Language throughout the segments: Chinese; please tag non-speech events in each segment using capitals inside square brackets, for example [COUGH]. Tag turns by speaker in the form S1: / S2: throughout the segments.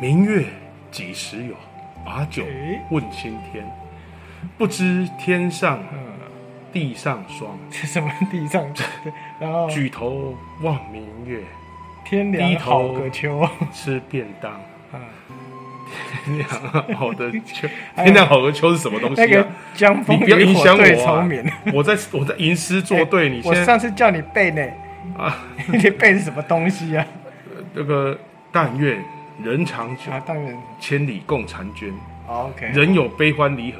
S1: 明月几时有？把酒
S2: 诶
S1: 问青天。不知天上
S2: 嗯，
S1: 地上霜，
S2: 这什么地上
S1: [LAUGHS]
S2: 去的？然后
S1: 举头望明月，
S2: 天凉
S1: 低
S2: 好
S1: 头
S2: 个秋，
S1: 吃便当。
S2: 啊，
S1: 天亮好的秋，
S2: [LAUGHS] 哎
S1: 天亮好的秋是什么东
S2: [LAUGHS] 那
S1: 西
S2: 个
S1: 啊？
S2: 江
S1: 你
S2: 枫
S1: 不要
S2: 渔
S1: 影
S2: 火
S1: 响
S2: 对
S1: 我
S2: 愁
S1: 啊
S2: 眠。！
S1: 我在我在吟诗作对，你
S2: 哎我
S1: 现在
S2: 上次叫你背呢， [LAUGHS]
S1: 啊，
S2: 你背的什么东西啊？
S1: 这个但愿人长久
S2: 啊，，当然
S1: 千里共婵娟。
S2: 好，OK，
S1: 人有悲欢离合，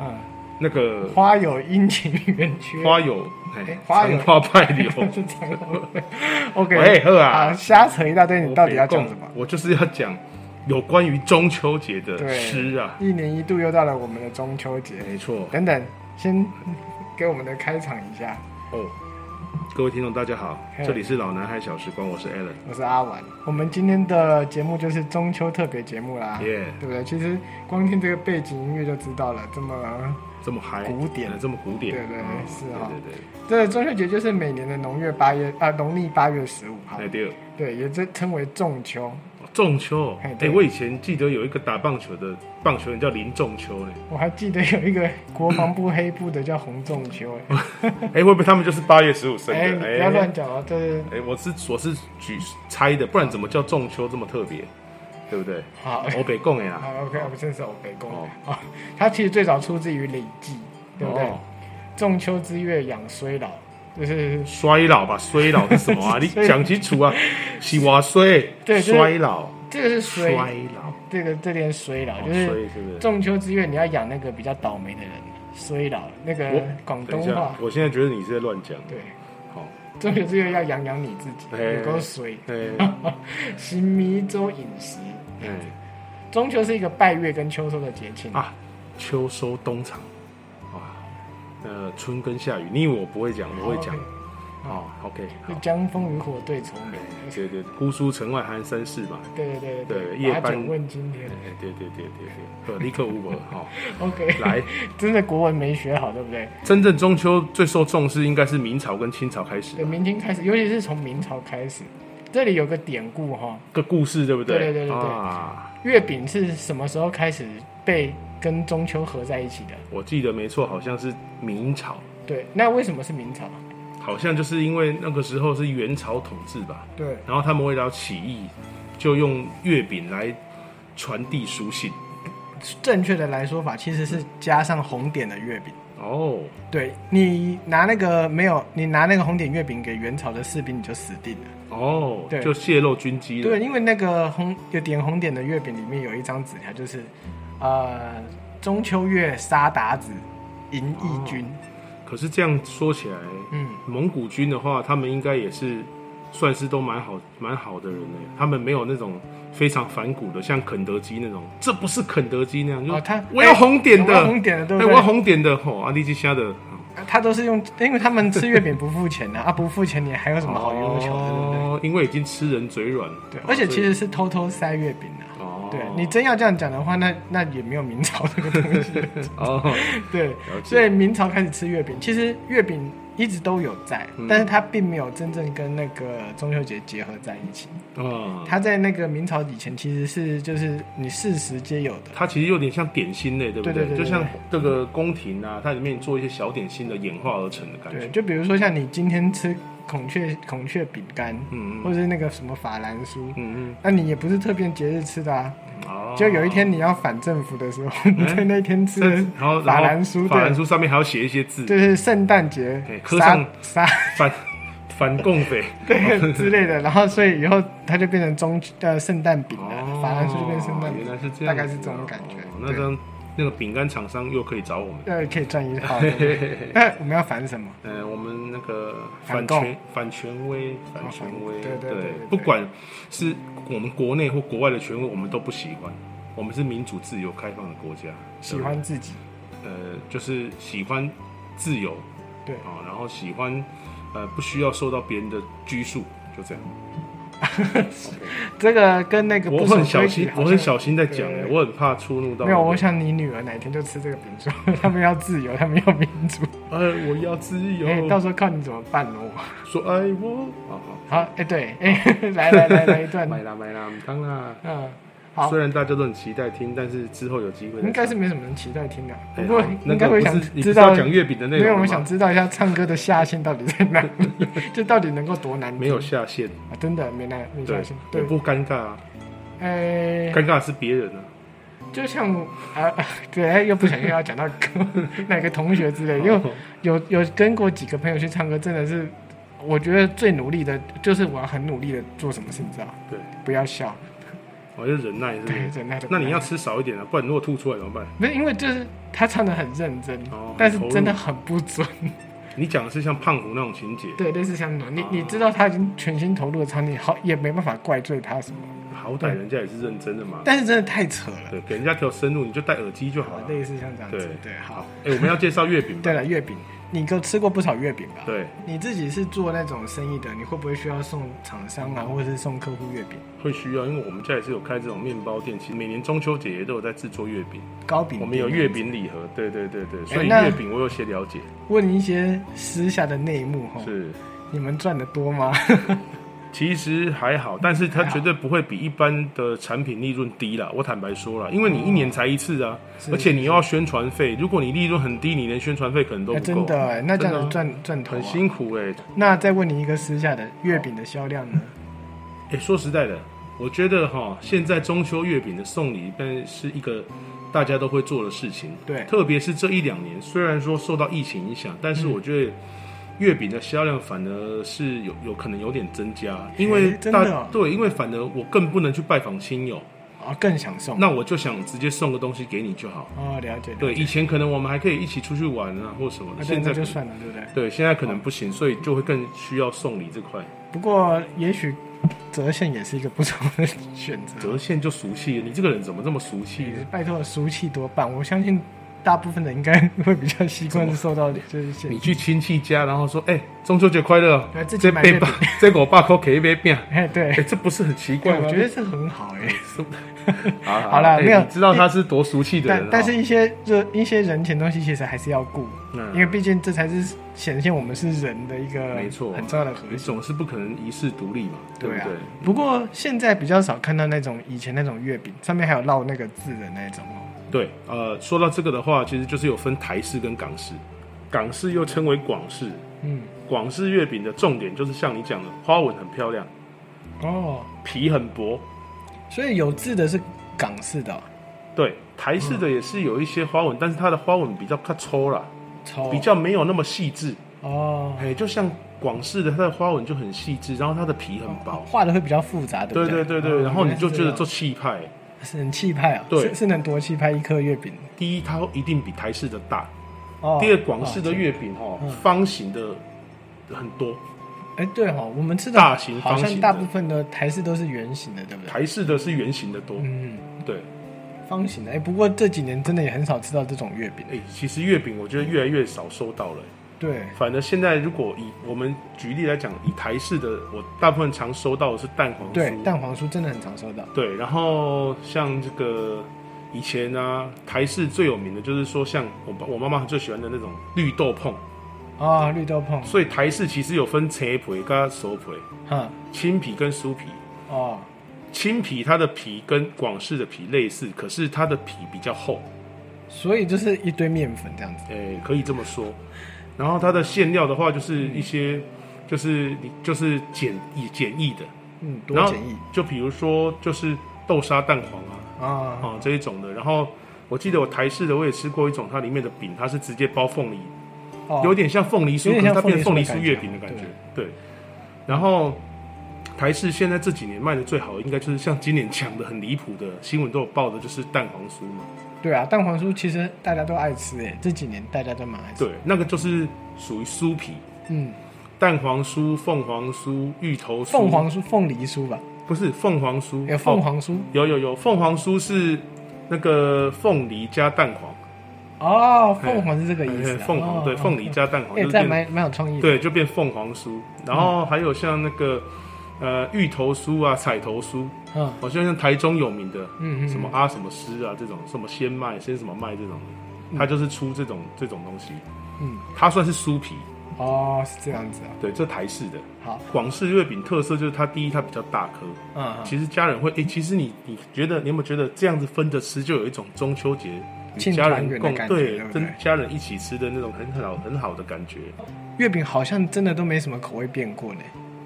S2: 嗯，
S1: 那个
S2: 花有阴晴圆缺，
S1: 花有
S2: 哎
S1: 哎，
S2: 花有
S1: 长花拜
S2: [LAUGHS]
S1: 柳。
S2: 是长
S1: [LAUGHS]
S2: 虹 OK，
S1: 喂好啊
S2: 瞎扯一大堆，你到底要
S1: 我
S2: 讲
S1: 北
S2: 什
S1: 贡
S2: 么？
S1: 我就是要讲有关于中秋节的
S2: 对
S1: 诗啊，
S2: 一年一度又到了我们的中秋节，
S1: 没错
S2: 等等，先给我们的开场一下。
S1: 哦。各位听众，大家好，
S2: 嘿
S1: 这里是老男孩小时光，我是 Alan。
S2: 我是阿玩，我们今天的节目就是中秋特别节目啦
S1: Yeah
S2: 对不对？其实光听这个背景音乐就知道了，这么
S1: 这么嗨，
S2: 古典
S1: 呃这么古典，
S2: 对对
S1: 嗯
S2: 是啊
S1: 对对
S2: 这个中秋节就是每年的农月八月啊，农历八月十五号
S1: 对，哎，对了，
S2: 对，也这称为仲秋。
S1: 哦仲秋，
S2: 嘿
S1: 哎
S2: 对，
S1: 我以前记得有一个打棒球的棒球人叫林仲秋哎呢，
S2: 我还记得有一个国防部黑部的叫洪仲
S1: [LAUGHS]
S2: 秋，哎
S1: 哎，会不会他们就是八月十五生
S2: 哎，你
S1: 的？
S2: 不要乱讲哦，这是
S1: 哎，我是我是举猜的，不然怎么叫仲秋这么特别，对不
S2: [LAUGHS]
S1: 对？
S2: 好。
S1: 我北贡呀，
S2: 好，OK，我们这是欧北宫
S1: 哦
S2: 哦，它其实最早出自于《礼记》，对不对
S1: 哦？
S2: 仲秋之月养衰老，就是
S1: 衰老
S2: [LAUGHS]
S1: 吧，衰老是什么啊？你讲清楚啊！洗瓦衰，
S2: 对就是
S1: 衰老，
S2: 这个是
S1: 衰
S2: 衰，
S1: 老，
S2: 这个这边衰老，
S1: 哦
S2: 就
S1: 衰
S2: 是
S1: 是不是？
S2: 仲秋之月你要养那个比较倒霉的人，衰老那个
S1: 我
S2: 广
S1: 等
S2: 东
S1: 一下
S2: 话，，
S1: 我现在觉得你是在乱讲。
S2: 对，
S1: 好，
S2: 仲秋之月要养养你自己，
S1: 哎
S2: 有够衰，
S1: 哎
S2: 行迷周饮食。
S1: 哎
S2: 中秋是一个拜月跟秋收的节庆，
S1: 啊，秋收冬藏啊，呃，春耕夏雨，你以为我不会讲？我会讲。哦，OK，
S2: 就
S1: 好，
S2: 江枫渔火对愁眠
S1: 哎。对对，姑苏城外寒山寺嘛。
S2: 对对对
S1: 对夜
S2: 把酒
S1: 半
S2: 问今天
S1: 哎。对对对对对，呃，立刻五本
S2: [LAUGHS]
S1: 好
S2: OK，
S1: 来。
S2: 真的国文没学好，对不对？
S1: 真正中秋最受重视应该是明朝跟清朝开始
S2: 对，明清开始，尤其是从明朝开始，这里有个典故哈，
S1: 个故事，对不对？
S2: 对对对对对
S1: 啊，
S2: 月饼是什么时候开始被跟中秋合在一起的？
S1: 我记得没错，好像是明朝，
S2: 对，那为什么是明朝？
S1: 好像就是因为那个时候是元朝统治吧，
S2: 对，
S1: 然后他们为了起义，就用月饼来传递书信。
S2: 正确的来说法其实是加上红点的月饼。
S1: 哦，
S2: 对你拿那个没有，你拿那个红点月饼给元朝的士兵，你就死定了。
S1: 哦
S2: 对，
S1: 就泄露军机了。
S2: 对，因为那个红有点红点的月饼里面有一张纸条，就是呃中秋月杀鞑子，迎义军。
S1: 可是这样说起来，
S2: 嗯，
S1: 蒙古军的话，他们应该也是算是都蛮好蛮好的人呢。他们没有那种非常反骨的，像肯德基那种，这不是肯德基那样，就、
S2: 哦，他
S1: 我要红点
S2: 我要
S1: 的，
S2: 红点的，对
S1: 哎、
S2: 不
S1: 我要
S2: 对？
S1: 红点的，吼、啊阿力基虾的，
S2: 他都是用，因为他们吃月饼不付钱
S1: [LAUGHS]
S2: 的啊，不付钱你还有什么好要求的，对不对？
S1: 哦，因为已经吃人嘴软，
S2: 对
S1: 哦，
S2: 而且
S1: 所以
S2: 其实是偷偷塞月饼的。
S1: 哦，
S2: 对你真要这样讲的话，那那也没有明朝这个东西。
S1: 哦，
S2: 对，
S1: 了解，
S2: [LAUGHS] 所以明朝开始吃月饼，其实月饼一直都有在，
S1: 嗯
S2: 但是它并没有真正跟那个中秋节结合在一起。
S1: 哦，它
S2: 它在那个明朝以前其实是就是你适时皆有的。
S1: 它其实有点像点心类，对不
S2: 对对对对
S1: 就像这个宫廷啊，它里面做一些小点心的演化而成的感
S2: 对，
S1: 觉，
S2: 就比如说像你今天吃孔雀孔雀饼干，
S1: 嗯
S2: 或
S1: 嗯
S2: 者是那个什么法兰酥，
S1: 嗯
S2: 那你也不是特别节日吃的啊，
S1: 嗯，哦，嗯
S2: 就有一天你要反政府的时候，你在那天吃
S1: 这
S2: 的，
S1: 然后
S2: 法兰酥
S1: 然后
S2: 对
S1: 法兰酥上面还要写一些字，
S2: 就是圣诞节
S1: 对刻
S2: 杀
S1: 上
S2: 杀
S1: 反反共匪，
S2: 对之类的，然后所以以后它就变成中呃圣诞饼了， [LAUGHS] 法兰酥就变圣诞
S1: 哦原
S2: 饼，
S1: 来是这样子啊，
S2: 大概是这种感觉
S1: 哦那张那个饼干厂商又可以找我们。
S2: 呃可以赚
S1: [LAUGHS]
S2: 一号。对不对那我们要反什么？
S1: 呃，我们那个
S2: 反
S1: 反
S2: 共哦
S1: 权、反权威、反权威，
S2: 对对对对对
S1: 不管是我们国内或国外的权威，我们都不喜欢。我们是民主、自由、开放的国家，
S2: 喜欢自己，
S1: 呃，就是喜欢自由
S2: 对，
S1: 啊、然后喜欢呃不需要受到别人的拘束，就这样。
S2: 这个跟那个
S1: 我
S2: 不守
S1: 很小
S2: 规
S1: 心
S2: 矩，好
S1: 我
S2: 像
S1: 很小心在讲
S2: 对
S1: 欸，我很怕触怒到。
S2: 没有，我，想你女儿哪天就吃这个饼说 [LAUGHS] 他们要自由，他们要民主，
S1: 哎，我要自由，
S2: 哎、到时候靠你怎么办哦？ [LAUGHS]
S1: 说爱我，好好，哦 [LAUGHS]
S2: 好，哎、对，哎、来来来来一段，
S1: 买啦买啦，唔当啦。
S2: 嗯，好
S1: 虽然大家都很期待听，但是之后有机会再
S2: 应该是
S1: 讲
S2: 没什么人期待听的，不
S1: 哎
S2: 过
S1: 好那
S2: 应该
S1: 个
S2: 会
S1: 不
S2: 想
S1: 是你不
S2: 知
S1: 是要
S2: 道，
S1: 讲月饼的内
S2: 没有，
S1: 容
S2: 我
S1: 吗
S2: 想知道一下唱歌的下限到底在哪里， [LAUGHS] 就到底能够多难听？
S1: 没有下限，
S2: 啊，真的没难没
S1: 对
S2: 下限，，
S1: 也
S2: 对，
S1: 不尴尬啊，
S2: 哎，
S1: 尴尬的是别人啊。
S2: 就像啊，对，哎又不小心要讲到歌 [LAUGHS] 哪个同学之类，因为
S1: 哦
S2: 有有跟过几个朋友去唱歌，真的是我觉得最努力的就是我要很努力的做什么事，你知道吗？
S1: 对，哦
S2: 不要笑，
S1: 我就忍耐是不
S2: 对
S1: 是？，
S2: 忍耐就不
S1: 那你
S2: 耐
S1: 要吃少一点啊，不然如果吐出来怎么办？
S2: 不是因为就是他唱的很认真，
S1: 哦
S2: 但是
S1: 很投入
S2: 真的很不准， [LAUGHS]
S1: 你讲的是像胖虎那种情节，
S2: 对，类似像那种你
S1: 啊
S2: 你知道他已经全心投入的唱，你好也没办法怪罪他什么，
S1: 好歹人家也是认真的嘛。
S2: 但是真的太扯了，
S1: 对，给人家条生路，你就戴耳机就好
S2: 好
S1: 了。
S2: 类似像这样子
S1: 对，
S2: 对，好，。
S1: 哎，我们要介绍月饼吧。
S2: 对了，月饼，你都吃过不少月饼吧？
S1: 对，
S2: 你自己是做那种生意的，你会不会需要送厂商啊，或者是送客户月饼、
S1: 会需要，因为我们家也是有开这种面包店，其实每年中秋节也都有在制作月饼。
S2: 糕饼？啊
S1: 我们有月。饼礼盒，对对对对，
S2: 哎
S1: 所以
S2: 那
S1: 月饼我有些了解，
S2: 问你一些私下的内幕哈，
S1: 是
S2: 你们赚的多吗？
S1: 其实还
S2: 嗯
S1: 好，但是它绝对不会比一般的产品利润低啦。我坦白说啦，因为你一年才一次啊，
S2: 是
S1: 而且你又要宣传费，如果你利润很低，你连宣传费可能都
S2: 哎
S1: 不
S2: [LAUGHS] 真
S1: 够，
S2: 的哎，那这样
S1: 真的
S2: 子
S1: 啊
S2: 赚赚头啊
S1: 很辛苦哎、
S2: 那再问你一个私下的月饼的销量呢？
S1: 哎、说实在的，我觉得哈，现在中秋月饼的送礼，但是一个大家都会做的事情。
S2: 对
S1: 特别是这一两年，虽然说受到疫情影响，但
S2: 嗯
S1: 是我觉得月饼的销量反而是有有可能有点增加，因为
S2: 真
S1: 大、
S2: 的哦
S1: 对，因为反而我更不能去拜访亲友，
S2: 啊，更想送。
S1: 那我就想直接送个东西给你就好。
S2: 哦，了解。
S1: 对，
S2: 了解，
S1: 以前可能我们还可以一起出去玩啊，或什么的，
S2: 那
S1: 现
S2: 现
S1: 在
S2: 在
S1: 可
S2: 就
S1: 能
S2: 算了，对不对？
S1: 对，现在可能不行，所以就会更需要送礼这块。
S2: 不过也许折现也是一个不错的选择。
S1: 折现就俗气了，你这个人怎么这么俗气呢？
S2: 拜托，俗气多半，我相信大部分的应该会比较习惯受到就是现 [LAUGHS]
S1: 你去亲戚家，然后说：“哎、中秋节快乐哦！”
S2: 哎自己
S1: 这
S2: 买
S1: 被
S2: 月饼
S1: 爸，这个我爸扣 K 一杯饼，
S2: 哎，对
S1: 哎、，这不是很奇怪
S2: 对，
S1: 吗？
S2: 我觉得是很好哎、
S1: 好啦
S2: 好啦
S1: 哎
S2: 没有
S1: 你知道他是多俗气的人哦
S2: 但，但是一些热一些人情东西其实还是要顾，
S1: 嗯
S2: 因为毕竟这才是显现我们是人的一个
S1: 没错
S2: 很重要的核
S1: 你
S2: 心。
S1: 总是不可能一世独立嘛，对不
S2: 啊
S1: 对？，
S2: 不过现在比较少看到那种以前那种月饼上面还有烙那个字的那种哦。
S1: 对，呃，说到这个的话，其实就是有分台式跟港式，港式又称为广式。
S2: 嗯，
S1: 广式月饼的重点就是像你讲的，花纹很漂亮，
S2: 哦，
S1: 皮很薄。
S2: 所以有字的是港式的哦、
S1: 对，台式
S2: 嗯
S1: 的也是有一些花纹，但是它的花纹比较较粗啦，
S2: 超
S1: 比较没有那么细致。
S2: 哦，
S1: 哎，就像广式的，它的花纹就很细致，然后它的皮很薄。
S2: 画的会比较复杂，对
S1: 对
S2: 不
S1: 对
S2: 对
S1: 对对，
S2: 哦
S1: 然后你就觉
S2: 原
S1: 得
S2: 来
S1: 这
S2: 是
S1: 气派。
S2: 样是很气派啊，
S1: 对
S2: 是是能多气派一颗月饼
S1: 第一，它一定比台式的大；
S2: 哦。
S1: 第二，广式的月饼哦
S2: 嗯，
S1: 方形的很多，
S2: 哎、对哈、哦，我们吃的
S1: 大型
S2: 好
S1: 方
S2: 像
S1: 形
S2: 大
S1: 的
S2: 部分的台式都是圆形的，对不对？
S1: 台式的是圆形的多。
S2: 嗯，
S1: 对，
S2: 方形的。哎、不过这几年真的也很少吃到这种月饼。
S1: 哎，其实月饼我觉得越来越少收到了。
S2: 对，
S1: 反而现在如果以我们举例来讲，以台式的，我大部分常收到的是蛋黄酥。
S2: 对，蛋黄酥真的很常收到。
S1: 对，然后像这个以前啊，台式最有名的就是说，像我爸我妈妈最喜欢的那种绿豆碰，
S2: 啊、绿豆碰，
S1: 所以台式其实有分切皮跟熟皮、
S2: 哈，
S1: 青皮跟酥皮。
S2: 哦，
S1: 青皮它的皮跟广式的皮类似，可是它的皮比较厚，
S2: 所以就是一堆面粉这样子。
S1: 诶、可以这么说。然后它的馅料的话，就是一些，就是你就是简易简易的，
S2: 嗯，多
S1: 然后
S2: 简易
S1: 就比如说就是豆沙蛋黄啊，
S2: 啊。
S1: 哦这一种的。然后我记得我台式的我也吃过一种，它里面的饼它是直接包凤梨，
S2: 哦
S1: 有点像凤梨酥，
S2: 有
S1: 可
S2: 点
S1: 是
S2: 像
S1: 它变
S2: 凤
S1: 凤
S2: 梨
S1: 梨
S2: 酥
S1: 酥
S2: 的
S1: 月
S2: 感
S1: 饼的
S2: 觉
S1: 感觉。对，然后台式现在这几年卖的最好的，应该就是像今年抢的很离谱的新闻都有报的，就是蛋黄酥嘛。
S2: 对啊，蛋黄酥其实大家都爱吃诶，这几年大家都蛮爱吃。
S1: 对，那个就是属于酥皮，
S2: 嗯，
S1: 蛋黄酥、凤凰酥、芋头酥。
S2: 凤凰酥、凤梨酥吧，
S1: 不是凤凰酥，
S2: 有凤
S1: 哦
S2: 凰酥
S1: 有有有凤凰酥是那个凤梨加蛋黄，
S2: 哦，
S1: 哎
S2: 凤凰是这个意思
S1: 哎
S2: 啊。
S1: 凤凰
S2: 哦
S1: 对，凤梨。
S2: 哦
S1: 加蛋黄
S2: 哎，
S1: 就
S2: 这样
S1: 变
S2: 蛮蛮有创意的。
S1: 对，就变凤凰酥。然后还有像那个呃芋头酥啊、彩头酥，
S2: 嗯，
S1: 好像像台中有名的
S2: 嗯嗯，
S1: 什么啊什么诗啊这种，什么鲜麦、鲜什么麦这种的，它就是出这种这种东西。
S2: 嗯，
S1: 它算是酥皮，
S2: 哦，是这样子啊。
S1: 对，这台式的
S2: 好，
S1: 广式月饼特色就是它第一它比较大颗，
S2: 嗯，嗯
S1: 其实家人会，哎、其实你你觉得你有没有觉得这样子分着吃，就有一种中秋节
S2: 庆
S1: 与家
S2: 团
S1: 人
S2: 圆的
S1: 共
S2: 感觉
S1: 对
S2: 对不对
S1: 跟家人一起吃的那种很好很好的感觉。
S2: 月饼好像真的都没什么口味变过呢。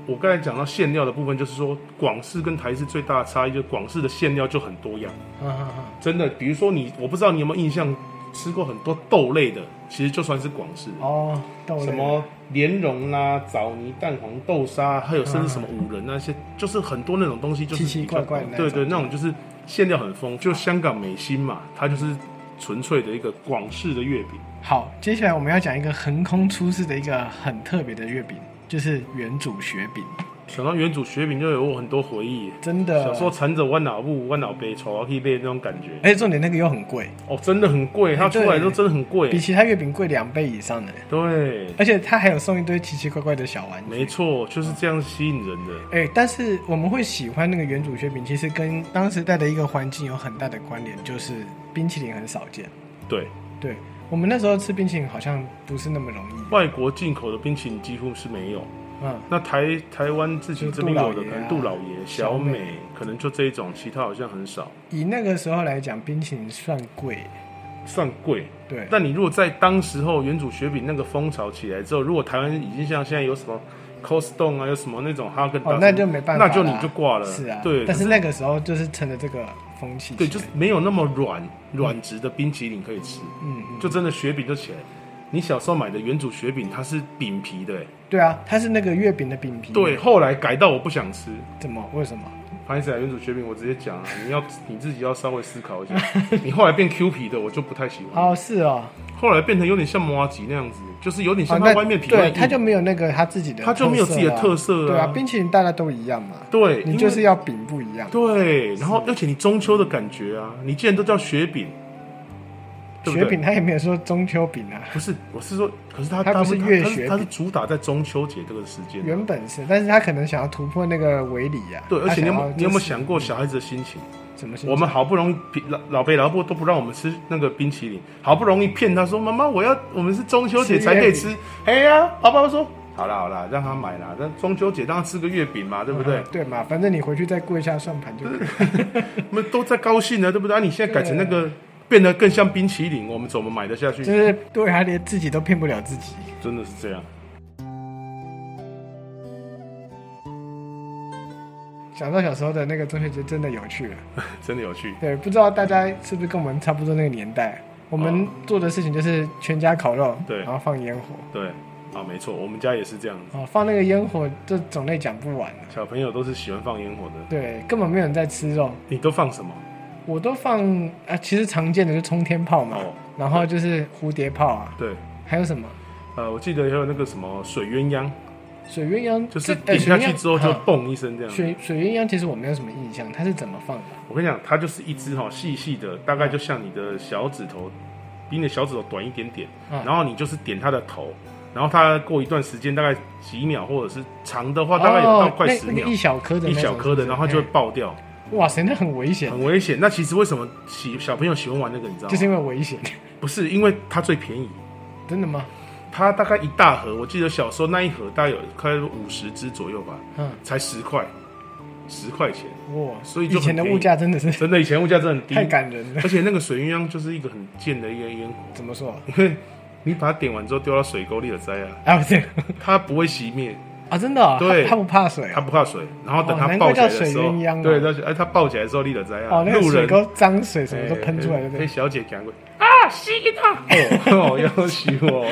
S1: 我刚才讲到馅料的部分，就是说广式跟台式最大的差异就是广式的馅料就很多样，
S2: 嗯嗯嗯，
S1: 真的，比如说你，我不知道你有没有印象，吃过很多豆类的，其实就算是广式的。
S2: 哦，豆类
S1: 什么莲蓉啦、枣泥蛋黄豆沙，啊还有甚至什么五仁那些，就是很多那种东西，就是
S2: 嗯奇奇
S1: 比较
S2: 怪怪的那种
S1: 对对，那种就是馅料很丰，就香港美心嘛，它就是纯粹的一个广式的月饼。
S2: 好，接下来我们要讲一个横空出世的一个很特别的月饼，就是原主雪饼，
S1: 想到原主雪饼，就有我很多回忆。
S2: 真的。
S1: 小时候缠着弯脑布、弯脑杯、丑娃可以杯那种感觉，
S2: 而且重点那个又很贵，
S1: 哦，真的很贵，它出来都真的很
S2: 哎比
S1: 贵。
S2: 其他月饼贵两倍以上呢。
S1: 对，
S2: 而且它还有送一堆奇奇怪怪的小玩具。
S1: 没错，就是这样吸引人的。
S2: 哎、但是我们会喜欢那个原主雪饼，其实跟当时代的一个环境有很大的关联，就是冰淇淋很少见。
S1: 对，
S2: 对我们那时候吃冰淇淋好像不是那么容易。
S1: 外国进口的冰淇淋几乎是没有。
S2: 嗯，
S1: 那台台湾自己这边有的可能
S2: 杜
S1: 杜
S2: 老
S1: 老
S2: 爷啊
S1: 爷、
S2: 小
S1: 小
S2: 美
S1: 美，可能就这一种，其他好像很少，
S2: 以那个时候来讲，冰淇淋算贵。
S1: 算贵。
S2: 对，
S1: 但你如果在当时候原主雪饼那个风潮起来之后，如果台湾已经像现在有什么 Costco 啊，有什么那种哈根达
S2: 哦
S1: 斯，，
S2: 那就没办法啦，
S1: 那就你就挂了。
S2: 是啊，
S1: 对，
S2: 但是那个时候就是趁着这个风气起
S1: 对，
S2: 来，
S1: 就是没有那么软软质的冰淇淋可以吃，
S2: 嗯，嗯
S1: 就真的雪饼就起来。你小时候买的原主雪饼，它是饼皮的、欸
S2: 对啊，它是那个月饼的饼皮，
S1: 对，，后来改到我不想吃。
S2: 怎么为什么？
S1: 潘思来啊原主雪饼，我直接讲啊，你要你自己要稍微思考一下。
S2: [LAUGHS]
S1: 你后来变 Q 皮的，我就不太喜欢。
S2: 哦，是哦，
S1: 后来变成有点像摩阿吉那样子，就是有点
S2: 哦
S1: 像它
S2: 那
S1: 外面皮外
S2: 对，
S1: 硬
S2: 它就没有那个它自己的，
S1: 它就没有自己的特色
S2: 色啊，对啊，冰淇淋大家都一样嘛，
S1: 对，
S2: 你
S1: 因
S2: 就是
S1: 为
S2: 要饼不一样，
S1: 对，然后而且你中秋的感觉啊，你既然都叫雪饼，对不
S2: 雪
S1: 对
S2: 饼它也没有说中秋饼啊，
S1: 不是，我是说，可是它
S2: 它不是
S1: 它
S2: 月
S1: 它
S2: 雪饼
S1: 它是主打在中秋节这个时间啊。
S2: 原本是，但是他可能想要突破那个围里啊，
S1: 对，而且你有没
S2: 他
S1: 有
S2: 要
S1: 你有没有
S2: 就是
S1: 想过小孩子的心情？
S2: 什么心情？
S1: 我们好不容易皮老老辈老婆都不让我们吃那个冰淇淋，好不容易骗他说妈妈我要我们是中秋节才可以吃，哎呀，爸爸说好啦好啦，让他买啦，那中秋节让他吃个月饼嘛，对不对
S2: 嗯？对嘛，反正你回去再跪下算盘就
S1: [LAUGHS]
S2: 可以了。
S1: 我们都在高兴呢，对不对？啊，你现在改成那个变得更像冰淇淋，我们怎么买得下去
S2: 就？是对他连自己都骗不了自己。
S1: 真的是这样。
S2: 想到小时候的那个中秋节真的有趣了。
S1: 真的有趣。
S2: 对，不知道大家是不是跟我们差不多那个年代？我们做的事情就是全家烤肉，
S1: 哦对
S2: 然后放烟火，
S1: 对，啊，没错，我们家也是这样子，
S2: 哦，放那个烟火，这种类讲不完了。
S1: 小朋友都是喜欢放烟火的。
S2: 对，根本没有人在吃肉，
S1: 你都放什么？
S2: 我都放啊，其实常见的就冲天炮嘛，
S1: 哦
S2: 然后就是蝴蝶炮啊，
S1: 对，
S2: 还有什么
S1: 呃，我记得还有那个什么水鸳鸯，
S2: 水鸳鸯，
S1: 就是
S2: 这哎
S1: 点下去
S2: 水鸳鸯
S1: 之后就
S2: 嗯
S1: 嘣一声这样。
S2: 水水鸳鸯，其实我没有什么印象，它是怎么放的？
S1: 我跟你讲，它就是一只哈细细的，大概就像你的小指头，比你的小指头短一点点，
S2: 嗯
S1: 然后你就是点它的头，然后它过一段时间，大概几秒或者是长的话，大概有到
S2: 哦
S1: 快
S2: 那
S1: 十
S2: 那
S1: 秒
S2: 个，一小颗的那
S1: 一
S2: 种，
S1: 小颗的，
S2: 是不是
S1: 然后它就会
S2: 哎
S1: 爆掉，
S2: 哇塞，那很危险，
S1: 很危险。那其实为什么喜小朋友喜欢玩那个，你知道吗？
S2: 就是因为危险， [LAUGHS]
S1: 不是因为它最便宜，
S2: 真的吗？
S1: 它大概一大盒，我记得小时候那一盒大概有快五十只左右吧，
S2: 嗯，
S1: 才十块，十块钱，
S2: 哇，
S1: 所以就
S2: 以
S1: 很
S2: 前的
S1: 便宜
S2: 物价真的是
S1: 真的以前物价真的很低，
S2: [LAUGHS] 太感人了。
S1: 而且那个水鸳鸯就是一个很贱的一个烟火。
S2: 怎么说啊？ [LAUGHS]
S1: 因为你把它点完之后丢到水沟里有灾啊，
S2: 啊，不对
S1: 它不会熄灭，
S2: [LAUGHS] 啊，真的、哦，
S1: 对
S2: 他他不怕水
S1: 它
S2: 啊、
S1: 不怕水，然后等
S2: 哦
S1: 它
S2: 难怪
S1: 爆起来
S2: 叫
S1: 的
S2: 水
S1: 时候，
S2: 鸳鸯哦
S1: 对，它就哎它爆起来的时候你有灾啊，
S2: 哦，那个
S1: 路
S2: 水
S1: 人
S2: 沟脏水什么都
S1: 哎
S2: 喷出来，对不
S1: 哎
S2: 对？
S1: 小姐讲过啊，洗给他，哦，要洗我，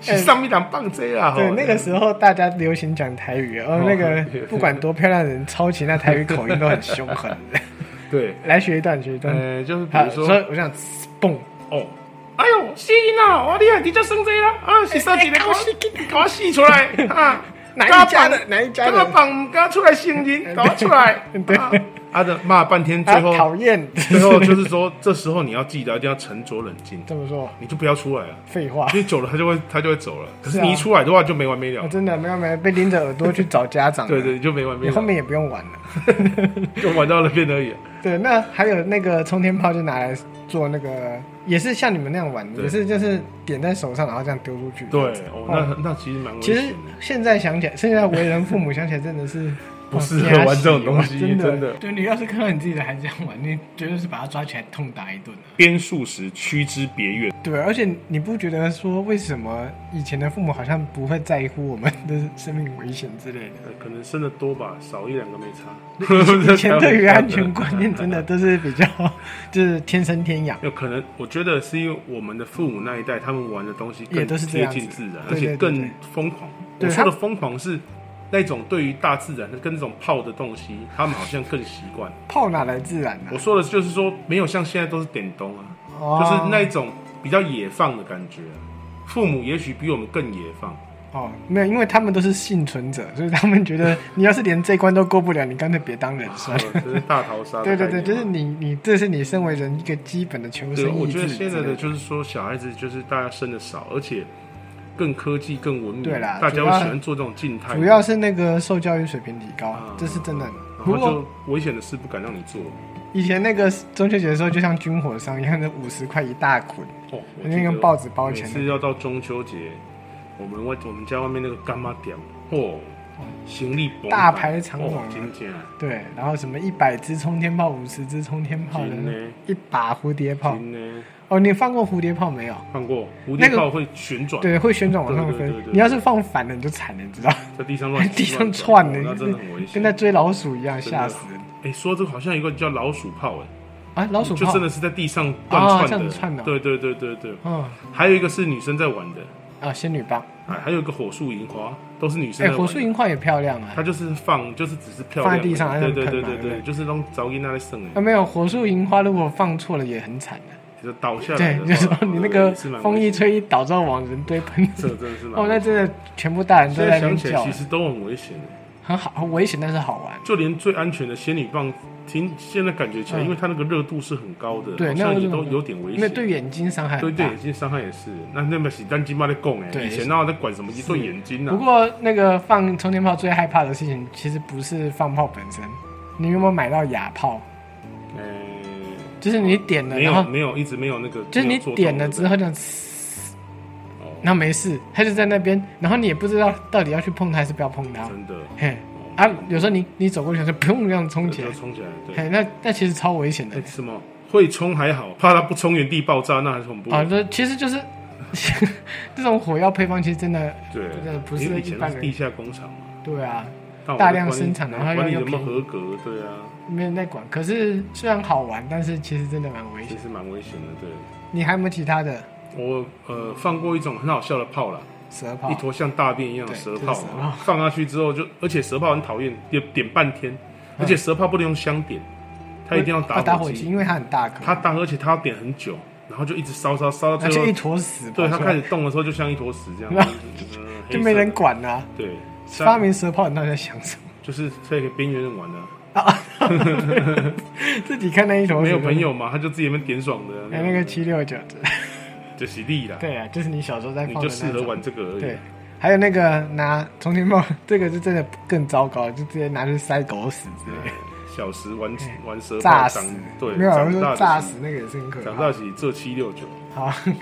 S1: 洗上面两棒子啊，
S2: 对，
S1: 吼
S2: 那个时候大家流行讲台语，然、后那个
S1: [LAUGHS] 哦
S2: 不管多漂亮的人，抄起那台语口音都很凶
S1: [LAUGHS]
S2: 狠。
S1: 对，
S2: 来学一段，学一段。
S1: 呃，就是比
S2: 好，
S1: 如
S2: 所以
S1: 说
S2: 我想蹦，
S1: 哦。哎呦，吸引啊！我厉害，你就生这啦啊！洗上几个，给我洗，给我洗出来啊！
S2: 哪一家的？哪一家
S1: 干嘛
S2: 的？
S1: 绑刚出来新人，搞出来！
S2: 对
S1: 啊，啊的骂半天，
S2: 啊
S1: 最，后
S2: 讨厌。 [LAUGHS]
S1: [LAUGHS] 最后就是说，这时候你要记得一定要沉着冷静，
S2: 这么说，
S1: 你就不要出来了，
S2: 废
S1: [LAUGHS]
S2: 话
S1: 因。为久了他就会他就会走了。可
S2: 是
S1: 是
S2: 啊
S1: 你一出来的话就没完没了
S2: 我，哦真的没有没有被拎着耳朵去找家长。啊
S1: 对，对，你就没完没
S2: 你后
S1: 了，
S2: 面也不用玩了。
S1: 就玩到那边而已。
S2: 对，那还有那个冲天炮就拿来做那个也是像你们那样玩，
S1: 对
S2: 也是就是点在手上，然后这样丢出去。
S1: 对
S2: 这样子，
S1: 哦，
S2: 哦
S1: 那那其实蛮危
S2: 其
S1: 险的
S2: 实现在想起来，现在为人父母想起来真的是
S1: [LAUGHS] 不适合玩这种东西，
S2: 哦真
S1: 真的。
S3: 对你要是看到你自己的孩子这样玩，你绝对是把他抓起来痛打一顿啊！
S1: 边数时趋之别远，
S2: 对，而且你不觉得说为什么以前的父母好像不会在乎我们的生命危险
S1: [LAUGHS]
S2: 之类的？
S1: 呃可能生的多吧，少一两个没差。
S2: 以前对于安全观念
S1: [LAUGHS]
S2: 真的都是比较就是天生天养。
S1: 有可能，我觉得是因为我们的父母那一代，他们玩的东西
S2: 也
S1: 更
S2: 都是这
S1: 贴
S2: 样
S1: 近
S2: 子
S1: 自然，
S2: 对
S1: 而且
S2: 对对
S1: 更
S2: 对
S1: 疯狂。我
S2: 对
S1: 说
S2: 他
S1: 的疯狂是那种对于大自然的跟那种泡的东西，他们好像更习惯。
S2: 炮哪来自然呢、
S1: 我说的就是说，没有像现在都是点东啊，
S2: 哦
S1: 就是那一种比较野放的感觉啊、父母也许比我们更野放，
S2: 哦，没有，因为他们都是幸存者，所以他们觉得你要是连这关都过不了，你干脆别当人算了。
S1: 呃这是大逃杀的概
S2: [LAUGHS] 对
S1: 念啊。
S2: 对对，就是你你这是你身为人一个基本的求
S1: 对，
S2: 生
S1: 我
S2: 意
S1: 觉得
S2: 志之
S1: 现
S2: 类。
S1: 在的就是说，小孩子就是大家生的少，而且更科技、更文明，
S2: 对啦
S1: 大家
S2: 主
S1: 会
S2: 要
S1: 喜欢做这种静态的。
S2: 主要是那个受教育水平提高，
S1: 啊
S2: 这是真的。
S1: 然
S2: 不
S1: 后
S2: 过
S1: 就危险的事不敢让你做。
S2: 以前那个中秋节的时候，就像军火商一样，那五十块一大捆，
S1: 哦，我
S2: 那
S1: 记
S2: 用
S1: 得
S2: 报纸包起
S1: 每
S2: 来
S1: 次要到中秋节，我们外我们家外面那个干妈店，哦，行李崩
S2: 大排长龙
S1: 哦
S2: 啊，
S1: 真的
S2: 对，然后什么一百支冲天炮、五十支冲天炮的
S1: 真，的
S2: 一把蝴蝶炮。
S1: 真的，
S2: 哦，你放过蝴蝶炮没有？
S1: 看过蝴
S2: 那
S1: 蝶
S2: 个
S1: 炮会旋转，
S2: 对，会旋转往上
S1: 对对
S2: 飞
S1: 对对。对
S2: 你要是放反了，你就惨了，你知道吗？
S1: 在地上乱
S2: [LAUGHS] 地上
S1: 乱
S2: 窜
S1: 哦
S2: 的，
S1: 那真的很危险
S2: 跟。在追老鼠一样，
S1: 真的
S2: 吓死人！
S1: 哎，说这个好像有一个叫老鼠炮，哎，
S2: 啊！老鼠
S1: 就
S2: 炮
S1: 真的是在地上乱
S2: 啊这
S1: 窜
S2: 样
S1: 的，
S2: 子窜的哦
S1: 对对对对对。
S2: 嗯
S1: 还有一个是女生在玩的，
S2: 啊，仙女棒，
S1: 啊，还有一个火树银花，都是女生
S2: 哎，
S1: 在玩的。
S2: 火树银块也漂亮啊
S1: 它。就是放，就是只是漂亮而已，
S2: 放在地上
S1: 对
S2: 然后
S1: 对
S2: 喷
S1: 对
S2: 嘛
S1: 对
S2: 对不
S1: 对，
S2: 对
S1: 就是当噪音那在剩
S2: 啊，
S1: 哎，
S2: 没有火树银花，如果放错了也很惨的。
S1: 就倒下来
S2: 对
S1: 的，话。
S2: 就是说你那个
S1: 对是蛮
S2: 风
S1: 危
S2: 一
S1: 险
S2: 吹一倒，之后往人堆喷。
S1: 的，这真的是蛮
S2: 哦，
S1: 危
S2: 那
S1: 险
S2: 真的全部大人都
S1: 现
S2: 在
S1: 在
S2: 那
S1: 想
S2: 边
S1: 起来
S2: 叫
S1: 其，实都很危险的，
S2: 很好，很危险，但是好玩。
S1: 就连最安全的仙女棒，听现在感觉起来，
S2: 嗯
S1: 因为它那个热度是很高的，
S2: 对
S1: 好
S2: 那
S1: 像
S2: 个
S1: 也
S2: 热
S1: 都
S2: 度
S1: 有点危
S2: 那
S1: 险。
S2: 对眼睛伤害
S1: 对
S2: 很
S1: 对
S2: 大。
S1: 眼睛伤害也是，那那么洗单鸡妈在供哎，
S2: 对
S1: 以前哪有在管什么一对眼睛啊
S2: 不
S1: 呢？
S2: 过那个放冲天炮最害怕的事情，其实不是放炮本身，你有没有买到哑炮？
S1: 呃，
S2: 就是你点了，
S1: 没
S2: 然
S1: 有
S2: 后
S1: 没有，一直没有那个，
S2: 啊就是
S1: 没
S2: 你
S1: 有做动
S2: 点了之后，就，
S1: 哦
S2: 然后没事，它就在那边，然后你也不知道到底要去碰它还是不要碰它。
S1: 真的
S2: 嘿，
S1: 哦
S2: 啊，有时候你你走过去就砰这样冲起来
S1: 就，冲起来，对。
S2: 嘿，那那其实超危险的
S1: 哎、什么会冲还好，怕它不冲原地爆炸，那还是恐怖。
S2: 啊！这其实就是 [LAUGHS] 这种火药配方，其实真的
S1: 对
S2: 真的，不是
S1: 因为以
S2: 一
S1: 前
S2: 般
S1: 是
S2: 人
S1: 地下工厂嘛，
S2: 对啊，
S1: 但我
S2: 大
S1: 在
S2: 量
S1: 管理
S2: 生产然后
S1: 管
S2: 又
S1: 你
S2: 又
S1: 有没有
S2: 便宜
S1: 合格，对啊，
S2: 没人在管。可是虽然好玩，但是其实真的蛮危
S1: 其
S2: 险。
S1: 实蛮危险的。对，
S2: 你还有没有其他的
S1: 我呃放过一种很好笑的炮啦，
S2: 蛇炮
S1: 一？坨像大便一样的
S2: 对
S1: 蛇
S2: 就是
S1: 炮
S2: 蛇
S1: 嘛
S2: 炮，
S1: 放下去之后就，而且蛇炮很讨厌，点点半天，而且蛇炮不能用香点，它一定要
S2: 啊嗯打
S1: 打
S2: 火
S1: 机，
S2: 因为它很大颗，
S1: 它打而且它要点很久，然后就一直烧烧烧到最
S2: 而且
S1: 后，
S2: 一坨屎跑出
S1: 对
S2: 来，
S1: 它开始动的时候就像一坨屎这样，
S2: 然后
S1: 就是嗯
S2: [LAUGHS] 就
S1: 黑
S2: 没
S1: 色
S2: 人
S1: 的
S2: 管啦、
S1: 对。
S2: 发明蛇炮，你到底在想什么？
S1: 就是在给边缘人玩的、啊
S2: [LAUGHS] 自己看那一坨
S1: 没有
S2: 屎
S1: 朋，友嘛，他就自己在那边点爽的、
S2: 哎，那个七六九，
S1: 就洗地啦，
S2: 对啊，就是你小时候在
S1: 你
S2: 放的
S1: 就
S2: 那
S1: 适合
S2: 种。
S1: 玩这个而已。
S2: 对，还有那个拿充电宝，这个是真的更糟糕，就直接拿去塞狗屎之类
S1: 哎， [LAUGHS] 小时玩玩蛇
S2: 的，
S1: 炮
S2: 炸
S1: 长
S2: 死。
S1: 对，
S2: 没有人
S1: 长
S2: 说
S1: 大
S2: 炸
S1: 起
S2: 死那个也是很可
S1: 长
S2: 怕
S1: 大。起这七六九，
S2: 好，OK，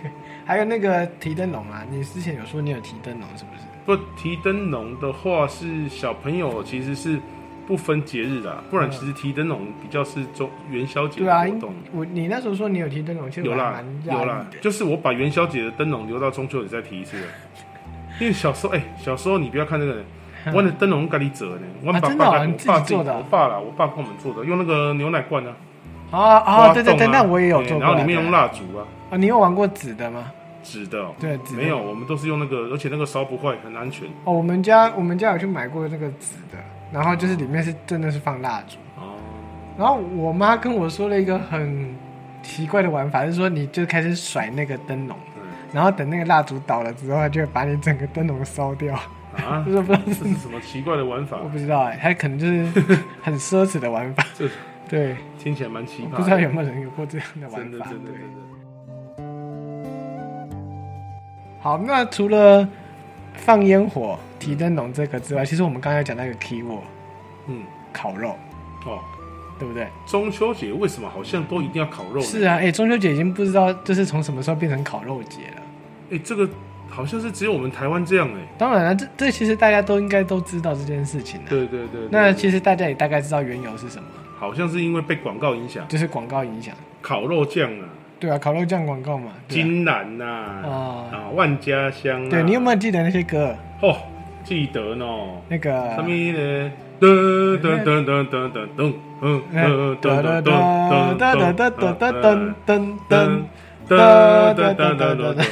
S2: 还 [LAUGHS] 有那个提灯笼啊，你之前有说你有提灯笼是不是？
S1: 不提灯笼的话是小朋友其实是不分节日的啊，不然其实提灯笼比较是中元宵节
S2: 嗯对
S1: 的
S2: 啊
S1: 活动。，
S2: 我你那时候说你有提灯笼，其实
S1: 有
S2: 我还
S1: 啦
S2: 蛮讶
S1: 有
S2: 异
S1: 啦
S2: 的，
S1: 就是我把元宵节的灯笼留到中秋节再提一
S2: [LAUGHS]
S1: 次了。因为小时候，哎、小时候你不要看这个人，我的灯笼咖喱折呢，我爸
S2: 真的哦
S1: 爸跟
S2: 你
S1: 我
S2: 自己
S1: 爸自己
S2: 做的啊
S1: 我爸啦，我爸跟我们做的，用那个牛奶罐啊，
S2: 啊啊，
S1: 挖
S2: 对对对，
S1: 洞啊
S2: 那我也有
S1: 哎
S2: 做过
S1: 然
S2: 啊。
S1: 后里面用
S2: 对啊
S1: 蜡烛啊，
S2: 啊，你有玩过纸的吗？
S1: 纸的哦，
S2: 对纸的
S1: 没有，我们都是用那个，而且那个烧不坏，很安全
S2: 哦，我们家我们家有去买过那个纸的，然后就是里面是真的是放蜡烛。
S1: 哦。
S2: 然后我妈跟我说了一个很奇怪的玩法，就是说你就开始甩那个灯笼，
S1: 对
S2: 然后等那个蜡烛倒了之后，它就会把你整个灯笼烧
S1: [LAUGHS]
S2: 掉。
S1: 啊
S2: 就，是不知道
S1: 这是什么奇怪的玩法
S2: [LAUGHS] 我？不知道哎、它可能就是很奢侈
S1: [LAUGHS]
S2: 的玩法。
S1: 这
S2: 对，
S1: 听起来蛮奇葩的，
S2: 不知道有没有人有过这样的玩
S1: 真的
S2: 法。
S1: 真的
S2: 对
S1: 真的。
S2: 好，那除了放烟火、提灯笼这个之外，其实我们刚才有讲到一个 key word
S1: 嗯，
S2: 烤肉。
S1: 哦，
S2: 对不对？
S1: 中秋节为什么好像都一定要烤肉呢？
S2: 是啊，哎，中秋节已经不知道就是从什么时候变成烤肉节了。
S1: 哎、这个好像是只有我们台湾这样哎、
S2: 当然了，这这其实大家都应该都知道这件事情的、啊
S1: 对对对对
S2: 那
S1: 对
S2: 其实大家也大概知道缘由是什么，
S1: 好像是因为被广告影响，
S2: 就是广告影响。
S1: 烤肉酱啊，
S2: 对啊，烤肉酱广告嘛。对啊
S1: 金兰呐、啊，
S2: 哦
S1: 万家香、啊。
S2: 对你有没有记得那些歌？
S1: 有？哦，记得呢。
S2: 那个
S1: 什么呢？噔噔噔噔噔噔噔，嗯
S2: 哎
S1: 嗯
S2: 哒
S1: 噔
S2: 哒
S1: 噔噔
S2: 哒
S1: 噔
S2: 哒哒哒
S1: 噔
S2: 哒
S1: 噔噔
S2: 噔噔噔
S1: 噔
S2: 哒
S1: 噔噔
S2: 哒
S1: 噔
S2: 哒哒
S1: 噔
S2: 哒
S1: 噔
S2: 哒，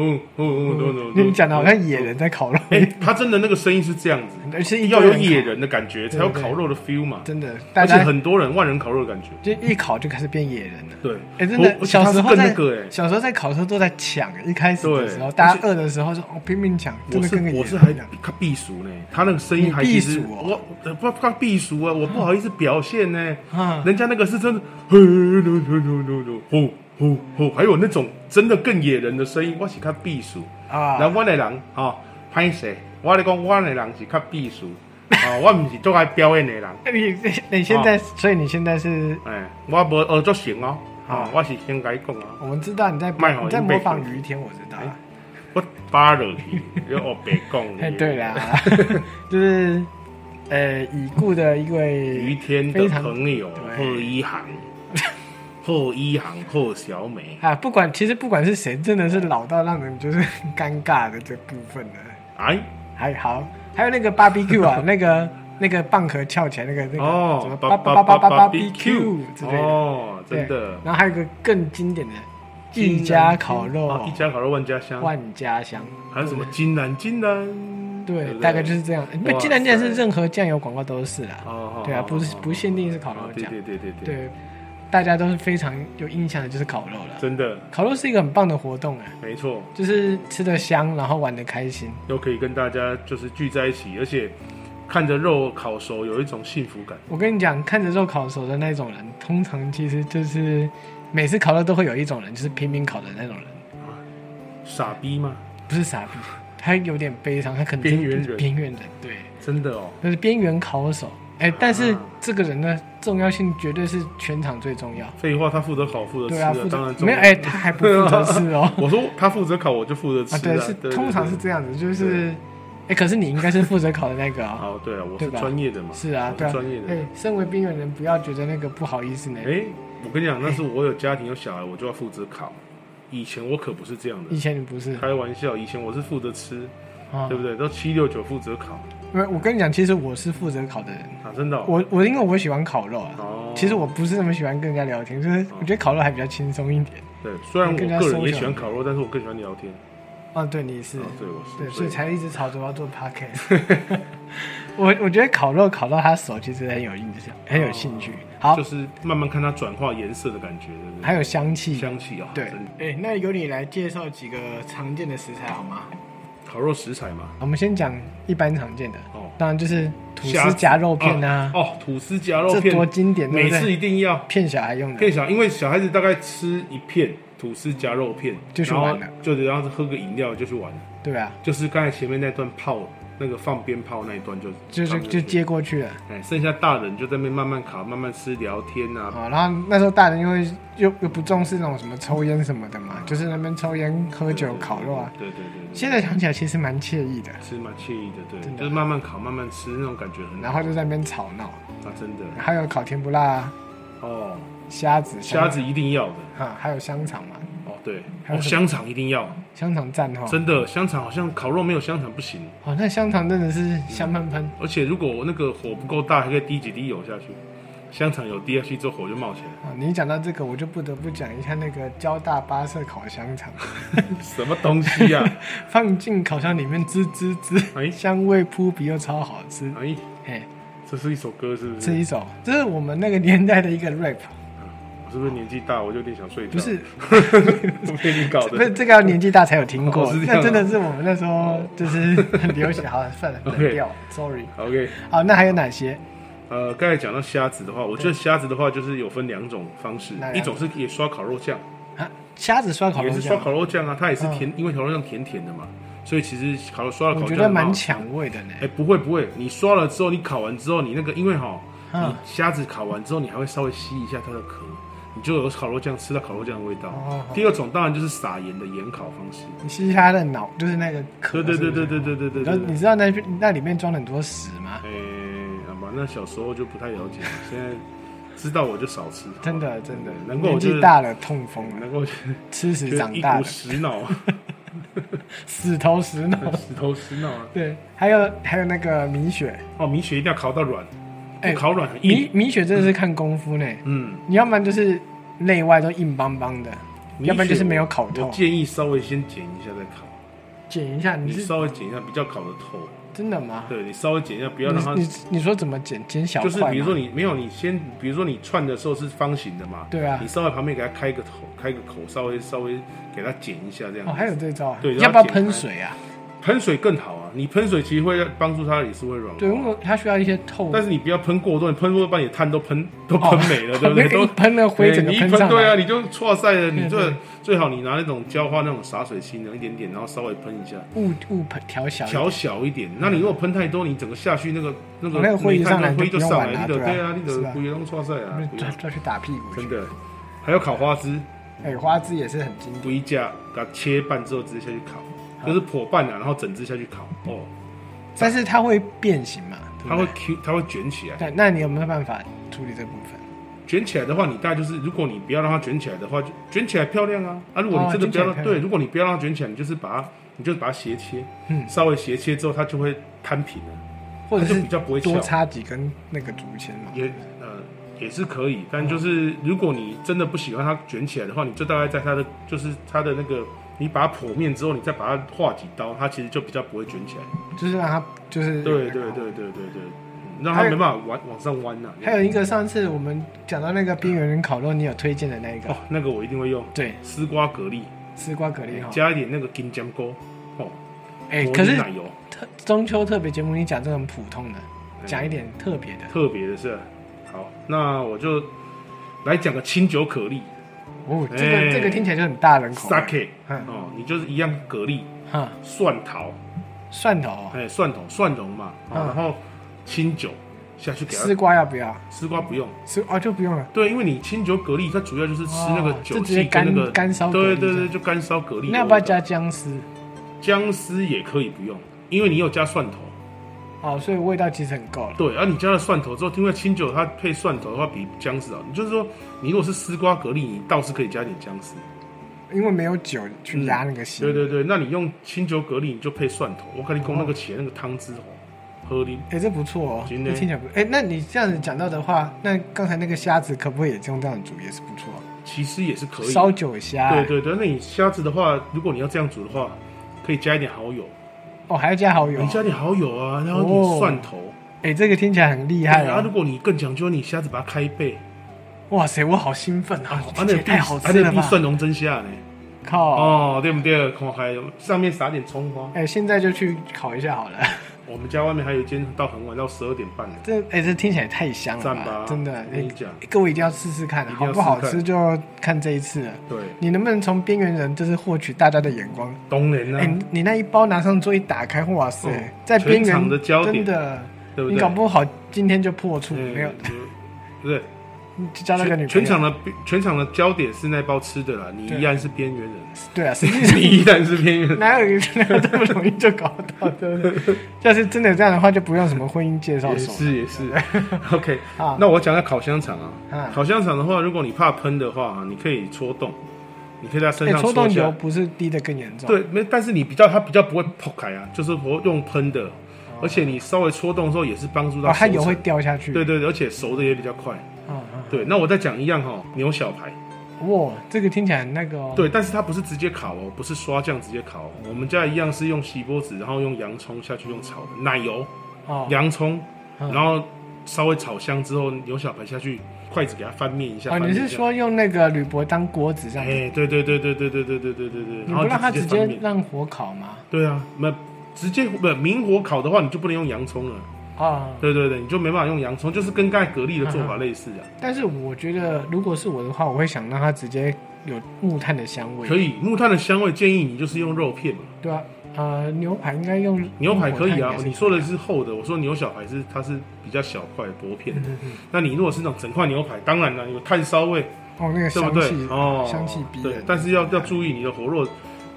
S1: 嗯嗯嗯，
S2: 你讲的好像野人在烤肉，
S1: 哎，他真的那个声音是这样子，
S2: [LAUGHS] 而且一
S1: 哎要
S2: 堆
S1: 有
S2: 人
S1: 野
S2: 烤，
S1: 人的感觉，才有烤肉的 feel 嘛。
S2: 真的，大
S1: 而且
S2: 家
S1: 很多人万人烤肉的感觉，
S2: 就一烤就开始变野人了。
S1: 对，
S2: 哎，真
S1: 而
S2: 的，
S1: 且他
S2: 小
S1: 是
S2: 时候
S1: 更那
S2: 在
S1: 个哎，
S2: 小时候在烤的时候都在抢，一开始
S1: 对
S2: 的时候，大
S1: 而
S2: 家
S1: 且
S2: 饿的时候就哦拼命抢，真
S1: 我
S2: 的
S1: 是
S2: 跟个野
S1: 我是
S2: 人
S1: 还
S2: 一样。
S1: 他避暑呢，他那个声音还
S2: 你
S1: 其
S2: 避
S1: 实
S2: 暑哦
S1: 我呃不不避暑啊，我不好意思表现呢，
S2: 嗯
S1: 人家那个是真的，呼噜噜噜噜噜呼呼呼，还有那种真的更野人的声音，我是较避暑。那
S2: 啊，
S1: 我的人吼，歹势，我咧讲我的人是较避暑，哦，我毋是做爱表演的人，
S2: 你你你现在，所以你现在是
S1: 哎，我无学作型哦，哦
S2: 啊，
S1: 我是先甲你讲哦，
S2: 我们知道你在
S1: 卖好
S2: 你在
S1: 一倍
S2: 模仿
S1: 更
S2: 于天，我知道。
S1: 我扒落去， [LAUGHS] 你学白讲。
S2: 哎，对，啦，就是呃已故的一
S1: 于
S2: 位
S1: 天的朋友
S2: 非常
S1: 贺
S2: 对
S1: 一 [LAUGHS] 航，贺一航，贺小美
S2: 啊，不管其实不管是谁，真的是老到让人就是很尴尬的这部分呢。
S1: 哎，
S2: 还好，还有那个 barbecue 啊，那个那个蚌壳翘起来那个那个什么
S1: 哦，
S2: 巴巴巴巴 barbecue 之类的，
S1: 哦，
S2: 对
S1: 真的，
S2: 然后还有一个更经典的一家烤
S1: 哦
S2: 肉
S1: 一，家烤肉万家香，
S2: 万家香，
S1: 还有什么金兰金兰，
S2: 对，
S1: 不
S2: 大概就是这样。不，既然既然
S1: 哇
S2: 是
S1: 塞
S2: 任何酱油广告都是啦，
S1: 哦，
S2: 对啊，不是不限定是烤
S1: 哦
S2: 肉
S1: 对
S2: 酱
S1: 对，对对，
S2: 对，大家都是非常有印象的，就是烤肉了。
S1: 真的
S2: 烤肉是一个很棒的活动啊，
S1: 没错，
S2: 就是吃的香，然后玩的开心。
S1: 又可以跟大家就是聚在一起，而且看着肉烤熟，有一种幸福感。
S2: 我跟你讲，看着肉烤熟的那种人，通常其实就是每次烤肉都会有一种人，就是拼命烤的那种人，
S1: 傻逼吗？
S2: 不是傻逼，他有点悲伤，他可能是
S1: 边缘人
S2: 边缘人，对，
S1: 真的哦，
S2: 就是边缘烤手。哎，但是
S1: 啊
S2: 这个人呢，重要性绝对是全场最重要。
S1: 废话，他负责烤，负责
S2: 对
S1: 吃
S2: 啊，
S1: 的，
S2: 负
S1: 当
S2: 责
S1: 然重
S2: 没
S1: 要。
S2: 有哎，他还不负责是哦
S1: [LAUGHS] 我说他负责烤，我就负责吃
S2: 啊，对，是
S1: 对
S2: 通常是
S1: 对
S2: 这样子，就是哎，可是你应该是负责烤的那个啊。
S1: 哦， [LAUGHS] 对啊，我
S2: 对
S1: 是
S2: 吧
S1: 专业的嘛，
S2: 是啊，
S1: 我
S2: 对
S1: 是
S2: 啊
S1: 专业，的
S2: 哎
S1: 人。，
S2: 身为边缘人，不要觉得那个不好意思呢。
S1: 哎，我跟你讲，那是我有家庭有小孩，我就要负责烤。以前我可不是这样
S2: 以
S1: 的，
S2: 前你不是，
S1: 开玩笑，以前我是负责吃，
S2: 啊
S1: 哎对不对？都七六九负责烤
S2: 不是，我跟你讲，其实我是负责烤的人。
S1: 啊，真的哦。
S2: 我我因为我喜欢烤肉啊，
S1: 哦
S2: 其实我不是那么喜欢跟人家聊天，就是我觉得烤肉还比较轻松一点。
S1: 对，虽然我
S2: 跟人家
S1: 个人也
S2: social
S1: 喜欢烤肉，但是我更喜欢聊天。
S2: 哦，对，你是，
S1: 啊，对，我是，
S2: 对，所以才一直吵着我要做 podcast。我 [LAUGHS] 我觉得烤肉烤到他手，其实很有印象，很有兴趣。好
S1: 就，是慢慢看它转化颜色的感觉，对不对？
S2: 还有香气。
S1: 香气啊，
S2: 哎对
S1: 真的，
S3: 哎，那由你来介绍几个常见的食材好吗？
S1: 烤肉食材嘛，
S2: 我们先讲一般常见的
S1: 哦，
S2: 当然就是吐
S1: 虾
S2: 司
S1: 子
S2: 夹肉片啊，
S1: 哦，吐司夹肉
S2: 这
S1: 片
S2: 多经典，对
S1: 每
S2: 不
S1: 次
S2: 对？
S1: 一定要
S2: 骗小孩用的
S1: 骗小，因为小孩子大概吃一片吐司夹肉片，
S2: 就去
S1: 然后
S2: 玩了
S1: 就然后喝个饮料就去玩了，
S2: 对啊吧？
S1: 就是刚才前面那段泡那个放鞭炮那一段就
S2: 就是就，接过去了。
S1: 哎，剩下大人就在那边慢慢烤，慢慢吃，聊天啊，
S2: 啊，然后那时候大人因为又又不重视那种什么抽烟什么的嘛，就是那边抽烟、喝酒、烤肉啊。
S1: 对对对对，
S2: 现在想起来其实蛮惬意的，
S1: 吃蛮惬意的，对，
S2: 真的
S1: 就是慢慢烤，慢慢吃那种感觉很
S2: 然
S1: 好
S2: 后就在那边吵闹，
S1: 啊，真的
S2: 还有烤甜不辣啊、
S1: 哦，
S2: 虾子、
S1: 虾
S2: 子
S1: 子一定要的
S2: 啊，还有香肠嘛，
S1: 哦，对，
S2: 还
S1: 哦，
S2: 有什么
S1: 香
S2: 哦
S1: 肠一定要，
S2: 香肠赞哈。
S1: 真的香肠好像烤肉没有香肠不行，
S2: 哦，那香肠真的是香喷喷，
S1: 而且如果我那个火不够大，还可以滴几滴油下去，香肠有滴下去之后火就冒起
S2: [LAUGHS]
S1: 来，
S2: 啊！你一讲到这个，我就不得不讲一下那个交大八色烤香
S1: [LAUGHS]
S2: 肠，
S1: 什么东西
S2: 啊
S1: 呀、
S2: 放进烤箱里面滋滋滋，
S1: 哎
S2: 香味扑鼻又超好吃。
S1: [LAUGHS] 哎，
S2: 哎，
S1: 这是一首歌是不
S2: 这
S1: 是？
S2: 一首，这是我们那个年代的一个 rap，
S1: 我是不是年纪大，我就有点想睡觉？
S2: 不是，
S1: 被你搞
S2: 不是
S1: 哦的。
S2: [LAUGHS] 这个要年纪大才有听
S1: 哦
S2: 过
S1: 是，这样啊
S2: 那真的是我们那时候就是 [LAUGHS] 很流
S1: [LAUGHS]
S2: 行。好，算了，冷掉，sorry。
S1: OK，
S2: 好，那还有哪些？
S1: 呃，刚才讲到虾子的话，我觉得虾子的话就是有分两种方式
S2: 哪，
S1: 一
S2: 两种
S1: 种是也刷烤肉酱，
S2: 啊，虾子刷烤
S1: 也
S2: 肉
S1: 是刷
S2: 酱，嗯
S1: 烤肉酱啊，它也是甜，因为烤肉酱甜甜的嘛，所以其实烤肉刷了烤
S2: 我
S1: 肉
S2: 觉
S1: 酱
S2: 得
S1: 很好
S2: 蛮
S1: 吃
S2: 抢味的呢
S1: 哎、。不会不会，你刷了之后，你烤完之后，你那个因为哈，
S2: 嗯
S1: 你虾子烤完之后，你还会稍微吸一下它的壳，你就有烤肉酱吃到烤肉酱的味道。
S2: 哦
S1: 第二种当然就是撒盐的盐烤方式。
S2: 你吸它的脑，就是那个壳。
S1: 对对对对
S2: 是
S1: 对对对对
S2: 不是。
S1: 对
S2: 然后你知道那那里面装了很多屎吗？
S1: 哎，好吧，那小时候就不太了解，现在知道我就少吃。
S2: 真的真的，
S1: 难怪我
S2: 年
S1: 就
S2: 纪
S1: 是
S2: 大了痛风了，
S1: 能够
S2: 吃屎
S1: 就
S2: 长
S1: 一 [LAUGHS]
S2: 大
S1: 股
S2: 的，
S1: 屎脑，
S2: 死头死脑。
S1: [LAUGHS] 石头屎脑啊！
S2: 对，还有还有那个米雪，
S1: 哦，米血一定要烤到软，
S2: 哎
S1: 不烤软很
S2: 米
S1: 硬。
S2: 米雪真的是看功夫呢。
S1: 嗯，
S2: 你要不然就是内外都硬邦邦的，
S1: 米血
S2: 要不然就是没有烤
S1: 我
S2: 透。
S1: 建议稍微先剪一下再烤，
S2: 剪一下，你
S1: 你
S2: 是
S1: 稍微剪一下比较烤得透。
S2: 真的吗？
S1: 对你稍微剪一下，不要让它
S2: 你你你说怎么剪？剪小
S1: 就
S2: 块
S1: 是
S2: 吗
S1: 比如说你没有你先，比如说你串的时候是方形的嘛，
S2: 对啊
S1: 你稍微旁边给它开个头，开个口，稍微稍微给它剪一下这样子。
S2: 哦，还有这招啊，
S1: 对
S2: 要不要
S1: 然后剪开
S2: 喷水啊？
S1: 喷水更好啊，你喷水其实会帮助它也是会软化。
S2: 对，如果它需要一些透，
S1: 但是你不要喷过多，你喷过多把你的碳都
S2: [LAUGHS]
S1: 喷都喷没了，对不对？
S2: 哦那个一
S1: 都
S2: 喷了灰整个
S1: 你一
S2: 喷
S1: 喷
S2: 上
S1: 对啊，
S2: 来，
S1: 你就错晒了。你
S2: 对
S1: 最最好你拿那种浇花那种洒水器，然后一点点，然后稍微喷一下，
S2: 雾雾喷调小一点，
S1: 调小一点。那你如果喷太多，你整个下去那个那个
S2: 嗯那个灰
S1: 煤炭
S2: 一上来
S1: 灰就
S2: 就不用
S1: 上
S2: 玩
S1: 来，
S2: 了
S1: 你的
S2: 对啊
S1: 对啊，你
S2: 是
S1: 的
S2: 吧嗯
S1: 灰都错晒啊，不
S2: 抓
S1: 要
S2: 抓去打屁股去
S1: 真。的。还有烤花枝，
S2: 哎，花枝也是很经典，
S1: 不一架把它切半之后直接下去烤，就是破半啊，然后整只下去烤。哦，
S2: 但是它会变形嘛？对不
S1: 它会
S2: 对
S1: Q，它会卷起来。
S2: 对，那你有没有办法处理这部分？
S1: 卷起来的话，你大概就是，如果你不要让它卷起来的话，就卷起来漂亮啊。啊，如果你真的不要
S2: 哦卷起来漂
S1: 让、
S2: 亮
S1: 对，如果你不要让它卷起来，你就是把它，你就把它斜切，
S2: 嗯
S1: 稍微斜切之后，它就会摊平了，
S2: 或者
S1: 它就是比较不会翘
S2: 多，插几根那个竹签嘛？
S1: 也呃也是可以。但就是如果你真的不喜欢它卷起来的话，你就大概在它的就是它的那个，你把它剖面之后，你再把它划几刀，它其实就比较不会卷起来。
S2: 就是让它就是
S1: 对对对对对对，嗯让它没办法往往上弯呐、
S2: 还有一个上次我们讲到那个边缘人烤肉，你有推荐的那一个
S1: 哦，，那个我一定会用
S2: 对，
S1: 丝瓜蛤蜊，哎
S2: 丝瓜蛤蜊哈。
S1: 加一点那个金针菇，哦。
S2: 哎，
S1: 抹
S2: 可
S1: 点
S2: 是
S1: 奶油
S2: 特中秋特别节目你讲这种普通的，讲一点特别的。
S1: 特别的是，好，那我就来讲个清酒蛤蜊
S2: 哦，这
S1: 哎
S2: 个这个听起来就很大人口味。
S1: sake
S2: 嗯
S1: 哦，你就是一样蛤蜊、
S2: 哈，
S1: 蒜头，
S2: 蒜头哦，
S1: 哎，蒜头、蒜蓉嘛，哦
S2: 嗯
S1: 然后清酒下去给它
S2: 丝瓜要不要？
S1: 丝瓜不用，
S2: 丝哦就不用了。
S1: 对，因为你清酒蛤蜊它主要就是吃那个
S2: 哦
S1: 酒
S2: 就直接
S1: 气跟那个
S2: 干干烧蛤蜊
S1: 对对
S2: 这
S1: 对，
S2: 样
S1: 就干烧蛤蜊的味道。
S2: 那要不要加姜丝？
S1: 姜丝也可以不用，因为你有加蒜头。
S2: 哦，所以味道其实很够了。
S1: 对，啊而、你加了蒜头之后，因为清酒它配蒜头的话比姜丝好。你就是说，你如果是丝瓜蛤蜊，你倒是可以加一点姜丝。
S2: 因为没有酒去压那个腥。
S1: 嗯对对对，那你用清酒蛤蜊，你就配蒜头。我跟
S2: 哦
S1: 你讲，那个起来那个汤汁哦，喝的
S2: 哎，这不错哦，这
S1: 真的
S2: 听起来不哎，那你这样子讲到的话，那刚才那个虾子可不可以也用这样煮也是不错，
S1: 其实也是可以。
S2: 烧酒虾。欸
S1: 对对对，那你虾子的话，如果你要这样煮的话，可以加一点蚝油，
S2: 哦，还要加蚝油
S1: 你。加点蚝油啊，然后一点蒜头。
S2: 哎，这个听起来很厉害
S1: 然后如
S2: 哦。
S1: 果你更讲究，你虾子把它开背，
S2: 哇塞，我好兴奋啊！
S1: 啊那
S2: 听起
S1: 个
S2: 来太好
S1: 啊
S2: 吃
S1: 那
S2: 了
S1: 个必
S2: 吧！
S1: 蒜蓉蒸虾呢？
S2: 靠，
S1: 哦，对不对？看开，上面撒点葱花。
S2: 哎，现在就去烤一下好了。 [LAUGHS]
S1: 我们家外面还有一间到很晚，到十二点半的。
S2: 这哎、这听起来太香了
S1: 赞吧
S2: 真的，
S1: 我跟你讲
S2: 哎各位一定要试试看，
S1: 一定要试
S2: 好不
S1: 试
S2: 好
S1: 看
S2: 吃就看这一次了。
S1: 对，
S2: 你能不能从边缘人就是获取大家的眼光？
S1: 当然啦、
S2: 哎、你你那一包拿上桌一打开，哇塞，
S1: 嗯
S2: 在边
S1: 全场
S2: 缘
S1: 的焦点
S2: 真的，
S1: 对不对？
S2: 你搞不好今天就破处，
S1: 嗯
S2: 没有，
S1: 不是。
S2: 你就交那个女朋友
S1: 全全场的全场的焦点是那包吃的啦，你依然是边缘人，
S2: [LAUGHS] 对啊，实际上
S1: 你依然是边缘人。
S2: 哪有一个人这么容易就搞到，对不
S1: [LAUGHS]
S2: 对？要是真的这样的话，就不用什么婚姻介绍
S1: 也
S2: 所
S1: 是也是 [LAUGHS] ，OK
S2: 啊。
S1: 那我讲下烤香肠啊
S2: 啊，
S1: 烤香肠的话，如果你怕喷的话，你可以戳洞，你可以在身
S2: 哎、
S1: 上
S2: 戳
S1: 戳
S2: 洞
S1: 一
S2: 油
S1: 下。
S2: 不是滴的更严重？
S1: 对，没，但是你比较它比较不会破开啊，就是不用喷的，而且你稍微戳洞的时候也是帮助
S2: 啊哦，
S1: 到
S2: 它
S1: 熟
S2: 油会
S1: 成
S2: 掉下去。
S1: 对对，对而且熟的也比较快。
S2: 嗯，嗯
S1: 对，那我再讲一样哈，牛小排。
S2: 哇，这个听起来很那个哦。
S1: 对，但是它不是直接烤哦，不是刷酱直接烤哦、我们家一样是用锡箔纸，然后用洋葱下去用炒的，奶油、
S2: 哦，
S1: 洋葱，
S2: 嗯
S1: 然后稍微炒香之后，牛小排下去，筷子给它翻面一下。
S2: 哦，
S1: 翻面
S2: 你
S1: 一下
S2: 是？说用那个铝箔当锅子这样子？
S1: 哎，对对对对对对对对对对对，
S2: 你
S1: 然
S2: 不
S1: 后
S2: 让它
S1: 就
S2: 直
S1: 直接
S2: 接
S1: 翻面。
S2: 让火烤吗？
S1: 对啊，那直接不明火烤的话，你就不能用洋葱了。
S2: 啊，
S1: 对对对，你就没办法用洋葱，就是跟盖蛤蜊的做法类似啊的。
S2: 但是我觉得如果是我的话，我会想让它直接有木炭的香味。
S1: 可以，木炭的香味建议你就是用肉片嘛。
S2: 对啊，呃，牛排应该用
S1: 牛排可以
S2: 英国
S1: 啊
S2: 菜应该，是
S1: 你说的是厚的，我说牛小排是它是比较小块薄片
S2: 嗯
S1: 的。那你如果是那种整块牛排，当然了，有炭烧味，
S2: 哦，那
S1: 对
S2: 个香
S1: 不对
S2: 气？
S1: 哦，
S2: 香气逼
S1: 对
S2: 人，。
S1: 但是要要注意你的火肉。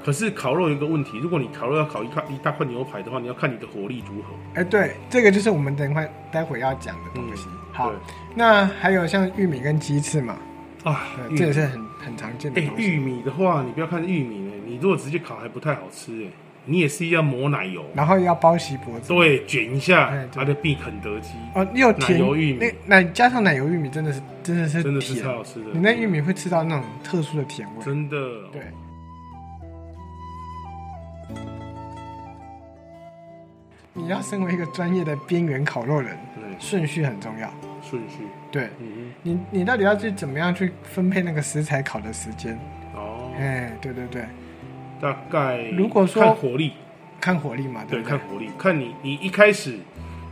S1: 可是烤肉有一个问题，如果你烤肉要烤一块一大块牛排的话，你要看你的火力如何。
S2: 哎，对，这个就是我们等一会待会要讲的东西。好
S1: 嗯对，
S2: 那还有像玉米跟鸡翅嘛，
S1: 啊
S2: 呃，
S1: 玉
S2: 这也
S1: 米
S2: 是很很常见的
S1: 哎
S2: 东西。
S1: 玉米的话，你不要看玉米呢，你如果直接烤还不太好吃哎，你也是要抹奶油，
S2: 然后要包锡箔纸，
S1: 对，卷一下
S2: 哎，对
S1: 它就变肯德基，
S2: 哦，你有
S1: 奶
S2: 甜
S1: 油玉米
S2: 那奶加上奶油玉米真的是真的是
S1: 真的是
S2: 甜
S1: 超，好吃的。
S2: 你那玉米会吃到那种特殊的甜味。
S1: 真的
S2: 对，你要身为一个专业的边缘烤肉人，
S1: 哦对
S2: 顺序很重要。
S1: 顺序，
S2: 对
S1: 嗯
S2: 你，你到底要去怎么样去分配那个食材烤的时间？
S1: 哼，哦，
S2: 哎，对对对，
S1: 大概
S2: 如果说
S1: 看火力，
S2: 看火力嘛，
S1: 对，
S2: 不
S1: 看
S2: 对？
S1: 火力，看你你一开始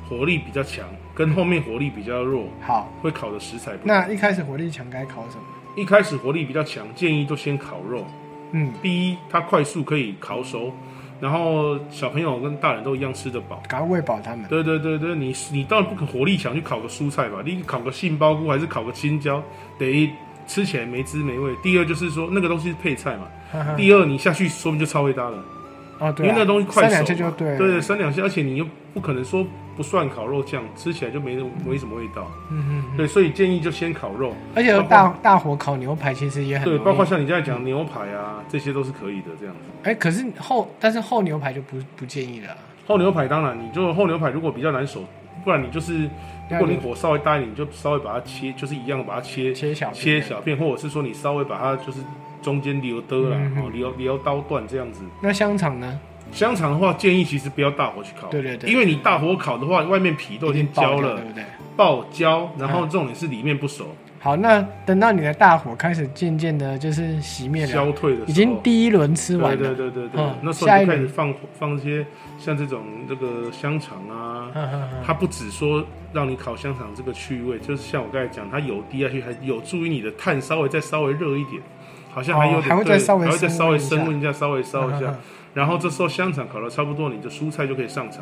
S1: 火力比较强，跟后面火力比较弱，
S2: 好，
S1: 会烤的食材不一样
S2: 那一开始火力强该烤什么？
S1: 一开始火力比较强，建议都先烤肉。
S2: 嗯，
S1: 第一，它快速可以烤熟，然后小朋友跟大人都一样吃得饱。
S2: 赶快喂饱他们。
S1: 对对对对，你你当然不可火力强去烤个蔬菜吧，你烤个杏鲍菇还是烤个青椒，得吃起来没滋没味。第二就是说那个东西是配菜嘛，
S2: 哈哈
S1: 第二你下去说不定就超会搭了。
S2: 哦，对
S1: 因
S2: 啊，
S1: 为那东西快
S2: 三
S1: 熟嘛，
S2: 两下就对了。
S1: 对，三两下，而且你又不可能说不涮烤肉酱，吃起来就没那没什么味道。
S2: 嗯嗯。
S1: 对，所以建议就先烤肉，
S2: 而且
S1: 包括
S2: 大大火烤牛排其实也很
S1: 对，
S2: 容易
S1: 包括像你刚才讲牛排啊，这些都是可以的这样子。
S2: 哎，可是厚，但是厚牛排就不不建议了啊。
S1: 厚牛排当然，你就厚牛排如果比较难熟，不然你就是如
S2: 啊
S1: 果你火稍微大一点，你就稍微把它切，就是一样把它切
S2: 切小片
S1: 切小片，或者是说你稍微把它就是中间留刀啦，
S2: 嗯嗯
S1: 哦，留留刀段这样子。
S2: 那香肠呢？
S1: 香肠的话，建议其实不要大火去烤，
S2: 对对对
S1: 因为你大火烤的话，外面皮都已经焦
S2: 爆嗯
S1: 了
S2: 对，不对？
S1: 爆焦，然后重点是里面不熟，
S2: 好，那等到你的大火开始渐渐的，就是熄灭了，
S1: 消退的时候
S2: 已经第一轮吃完了，
S1: 对对对对对，
S2: 嗯
S1: 那时候
S2: 下
S1: 你
S2: 一
S1: 就开
S2: 轮
S1: 始放放一些像这种这个香肠啊，
S2: 嗯嗯嗯
S1: 它不只说让你烤香肠这个趣味，就是像我刚才讲，它油滴下去还有助于你的碳稍微再稍微热一点，好像还有
S2: 哦
S1: 点、
S2: 还会再
S1: 对
S2: 稍微
S1: 还会再
S2: 升
S1: 稍微
S2: 温一下
S1: 升温一下，稍微烧一
S2: 嗯嗯
S1: 下
S2: 嗯，
S1: 然后这时候香肠烤的差不多，你的蔬菜就可以上场，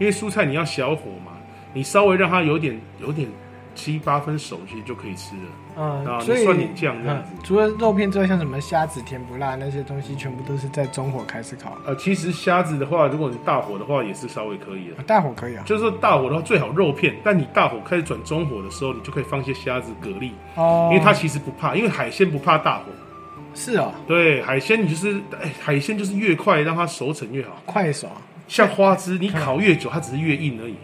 S1: 因为蔬菜你要小火嘛，你稍微让它有点有点七八分熟，其实就可以吃了。啊
S2: 嗯，
S1: 你
S2: 所以
S1: 蒜泥酱这样子
S2: 嗯除了肉片之外，像什么虾子、甜不辣那些东西，全部都是在中火开始烤。哦
S1: 呃，其实虾子的话，如果你大火的话，也是稍微可以的。
S2: 啊大火可以啊。
S1: 就是说大火的话，最好肉片，但你大火开始转中火的时候，你就可以放一些虾子、蛤蜊，
S2: 哦，
S1: 因为它其实不怕，因为海鲜不怕大火。
S2: 是哦，
S1: 对，海鲜你就是，哎，海鲜就是越快让它熟成越好。
S2: 快手
S1: 像花枝，你烤越久，它只是越硬而已。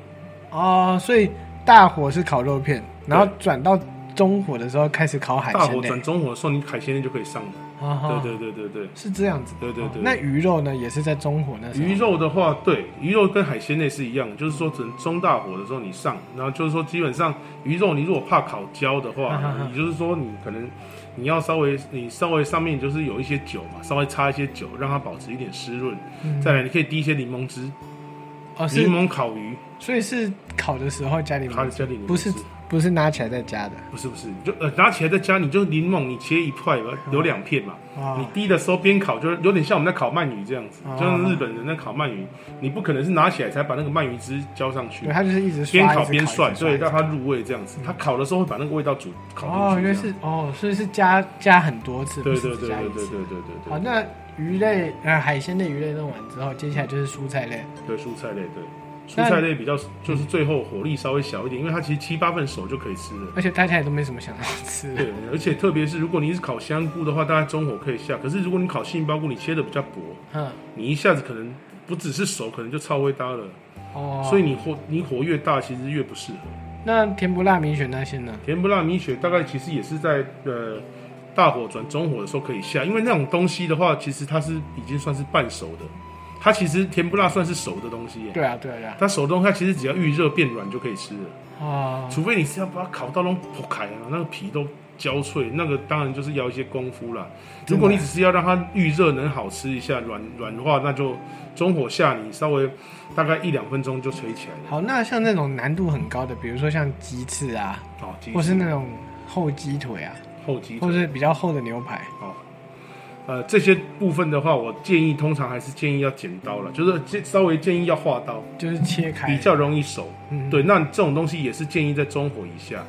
S2: 哦，所以大火是烤肉片，然后转到中火的时候开始烤海
S1: 大
S2: 鲜
S1: 火
S2: 类
S1: 转。中火的时候，你海鲜类就可以上了。
S2: 哦
S1: 对
S2: 哦
S1: 对对对对。
S2: 是这样子的。
S1: 对对
S2: 哦
S1: 对
S2: 那鱼肉呢，也是在中火那时候。
S1: 鱼肉的话，对鱼肉跟海鲜类是一样，就是说只能中大火的时候你上，然后就是说基本上鱼肉你如果怕烤焦的话，你就是说你可能你要稍微你稍微上面就是有一些酒嘛，稍微擦一些酒让它保持一点湿润，再来你可以滴一些柠檬汁，
S2: 哦，嗯是
S1: 柠，檬烤鱼，
S2: 所以是烤的时候加柠
S1: 它
S2: 檬
S1: 加
S2: 汁，
S1: 点柠檬
S2: 不是
S1: 汁
S2: 不是拿起来再加的。
S1: 不是不是，你就呃拿起来在家你就柠檬你切一块吧，留两片嘛，
S2: 哦
S1: 你滴的时候边烤，就是有点像我们在烤鳗鱼这样子，
S2: 哦
S1: 就像日本人在烤鳗鱼，你不可能是拿起来才把那个鳗鱼汁浇上去
S2: 对，，它就是一直
S1: 边
S2: 刷
S1: 烤
S2: 一直
S1: 边涮，
S2: 一直
S1: 对，
S2: 一直
S1: 让它入味这样子。它烤的时候会把那个味道煮烤
S2: 哦，
S1: 进去。
S2: 原来是哦，所以是加加很多次，
S1: 这样。对
S2: 不
S1: 对
S2: 是只
S1: 对
S2: 加
S1: 对
S2: 一
S1: 对对
S2: 次。
S1: 对对对。
S2: 好，那鱼类呃海鲜类、鱼类弄完之后，接下来就是蔬菜类。
S1: 对蔬菜类，对
S2: 那
S1: 蔬菜类比较就是最后火力稍微小一点，因为它其实七八份熟就可以吃了。
S2: 而且大家也都没什么想要吃的。
S1: 对，而且特别是如果你是烤香菇的话，大概中火可以下。可是如果你烤杏鲍菇，你切的比较薄，
S2: [LAUGHS] 嗯，
S1: 你一下子可能不只是熟，可能就超微搭了。
S2: 哦，
S1: 所以你火你火越大，其实越不适合。
S2: 那甜不辣米血那些呢？
S1: 甜不辣米血大概其实也是在呃大火转中火的时候可以下，因为那种东西的话，其实它是已经算是半熟的，它其实甜不辣算是熟的东西耶。
S2: 对啊，对啊，对啊。
S1: 它熟的东西，它其实只要预热变软就可以吃了，
S2: 哦，
S1: 除非你是要把它烤到那种破开啊，那个皮都焦脆，那个当然就是要一些功夫啦。如果你只是要让它预热能好吃一下，软软化，那就中火下你稍微大概一两分钟就吹起来了。
S2: 好，那像那种难度很高的，比如说像鸡翅啊，
S1: 好，鸡
S2: 或
S1: 翅
S2: 是那种厚鸡腿啊，
S1: 厚鸡
S2: 或
S1: 腿，
S2: 是比较厚的牛排，
S1: 好，呃，这些部分的话，我建议通常还是建议要剪刀了，就是建稍微建议要划刀，
S2: 就是切开，
S1: 比较容易熟。
S2: 哎嗯
S1: 对，那这种东西也是建议在中火以下，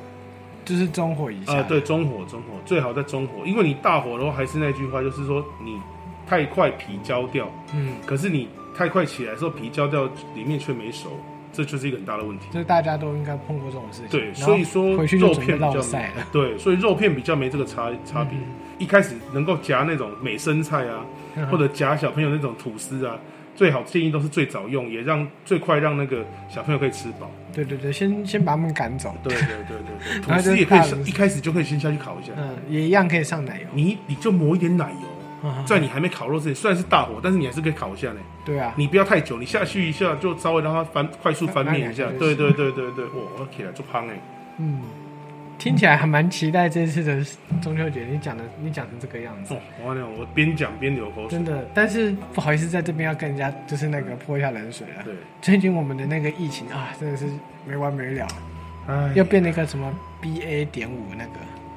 S2: 就是中火一下，
S1: 啊，对，中火中火最好在中火，因为你大火的话，还是那句话，就是说你太快皮焦掉，
S2: 嗯，
S1: 可是你太快起来的时候皮焦掉，里面却没熟，这就是一个很大的问题。
S2: 就是大家都应该碰过这种事情，
S1: 对，
S2: 然后
S1: 所以说
S2: 回去就
S1: 肉
S2: 准备
S1: 片比较
S2: 落
S1: 没
S2: 晒了，嗯
S1: 对，所以肉片比较没这个差差别。一开始能够夹那种美生菜啊，或者夹小朋友那种吐司啊，最好建议都是最早用，也让最快让那个小朋友可以吃饱。
S2: 对对对，先先把他们赶走，
S1: 对对对
S2: [LAUGHS]
S1: 对对，
S2: 然
S1: 吐
S2: 后就
S1: 司也可以
S2: 大
S1: 先
S2: 人
S1: 一开始就可以先下去烤一下，
S2: 嗯，也一样可以上奶油，
S1: 你你就抹一点奶油。
S2: 嗯
S1: 在你还没烤肉之前，虽然是大火，但是你还是可以烤一下呢。
S2: 对啊，
S1: 你不要太久，你下去一下就稍微让它翻快速翻面一下
S2: 翻。两下就
S1: 对
S2: 行
S1: 对对对对，哇，起来就胖哎。
S2: 嗯，听起来还蛮期待这次的中秋节，你讲的你讲成这个样子。
S1: 哦，我跟你讲我边讲边流口水。
S2: 真的，但是不好意思，在这边要跟人家就是那个泼一下冷水了。
S1: 对，
S2: 最近我们的那个疫情啊，真的是没完没了，
S1: 哎，
S2: 又变了一个什么 BA 点五那个。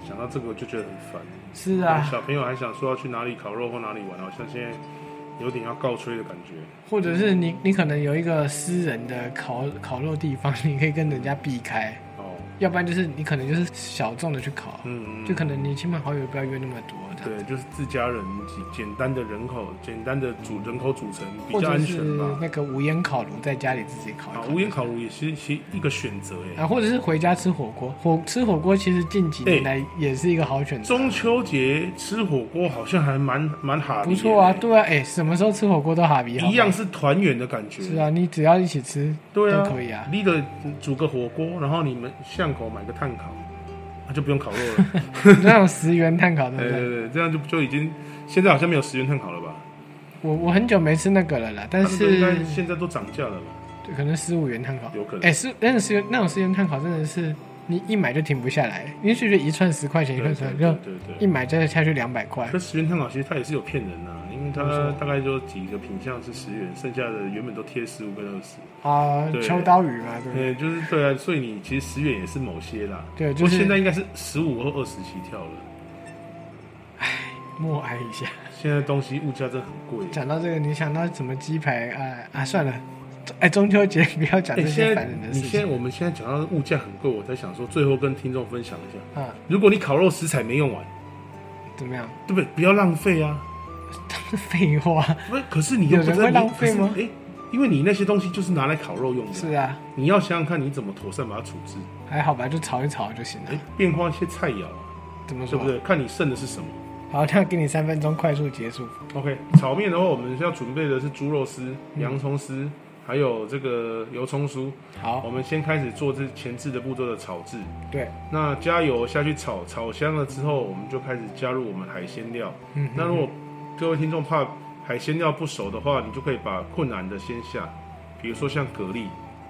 S1: 想到这个我就觉得很烦。
S2: 是啊，
S1: 小朋友还想说要去哪里烤肉或哪里玩，好像现在有点要告吹的感觉。
S2: 或者是你你可能有一个私人的烤烤肉地方，你可以跟人家避开，
S1: 哦，
S2: 要不然就是你可能就是小众的去烤，
S1: 嗯，嗯
S2: 就可能你亲朋好友不要约那么多的，
S1: 对，就是自家人简简单的人口，简单的组人口组成比
S2: 或
S1: 较
S2: 者
S1: 安
S2: 是
S1: 全吧。
S2: 那个无烟烤炉在家里自己烤一
S1: 啊
S2: 烤，，
S1: 无烟烤炉也是其一个选择哎。
S2: 啊，或者是回家吃火锅，火吃火锅其实近几年来也是一个好选择。
S1: 中秋节吃火锅好像还蛮蛮哈的
S2: 不
S1: 耶
S2: 错啊，，对啊，哎、什么时候吃火锅都好比好吧
S1: 一样是团圆的感觉。
S2: 是，啊，你只要一起吃，
S1: 对啊，
S2: 都可以啊。 [LAUGHS]
S1: 你的煮个火锅，然后你们巷口买个炭烤，啊就不用烤肉了。
S2: 那种十元碳烤，对
S1: 对
S2: 不对？
S1: 对对，哎这样就就已经现在好像没有十元炭烤了吧？
S2: 我我很久没吃那个了啦，但
S1: 他们应该
S2: 是
S1: 现在都涨价了吧？
S2: 对可能十五元碳烤，
S1: 有可能
S2: 哎、是那种十元那种十元碳烤真的是你一买就停不下来，你就觉得一串十块钱一
S1: 对
S2: 串十块
S1: 对
S2: 钱，
S1: 对
S2: 就
S1: 对
S2: 一
S1: 对。
S2: 买再下去两百块
S1: 可。十元碳烤其实它也是有骗人啊，因为
S2: 怎么
S1: 它
S2: 说
S1: 大概就几个品相是十元，剩下的原本都贴十五跟二十。
S2: 啊
S1: 对，
S2: 秋刀鱼嘛，对不
S1: 对，
S2: 对？
S1: 就是对啊，所以你其实十元也是某些啦。
S2: 嗯对就
S1: 我
S2: 是
S1: 现在应该是十五或二十起跳了。
S2: 默哀一下。
S1: 现在东西物价真的很贵。
S2: 讲到这个，你想到什么鸡排啊啊？算了，哎，中秋节不要讲
S1: 哎
S2: 这些
S1: 现
S2: 烦
S1: 在
S2: 人的
S1: 你
S2: 事
S1: 现在
S2: 情
S1: 我们现在讲到物价很贵，我才想说最后跟听众分享一下，
S2: 啊，
S1: 如果你烤肉食材没用完，
S2: 怎么样？ [LAUGHS]
S1: 对不对？不要浪费啊。
S2: 废话，
S1: 不是，可是你又不
S2: 有人
S1: 在
S2: 会浪费吗
S1: 哎、因为你那些东西就是拿来烤肉用的，
S2: 是啊，
S1: 你要想想看你怎么妥善把它处置，
S2: 还好吧，就炒一炒就行
S1: 哎、
S2: 了。
S1: 变化一些菜肴啊，
S2: 怎么
S1: 对
S2: 说？
S1: 不对？看你剩的是什么。
S2: 好，那给你三分钟快速结束。
S1: OK，炒面的话，我们要准备的是猪肉丝、
S2: 嗯
S1: 洋葱丝，还有这个油葱酥。
S2: 好，
S1: 我们先开始做这前置的步骤的炒制。
S2: 对，
S1: 那加油下去炒，炒香了之后，我们就开始加入我们海鲜料。
S2: 嗯
S1: 那如果各位听众怕海鲜料不熟的话，你就可以把困难的先下，比如说像蛤蜊，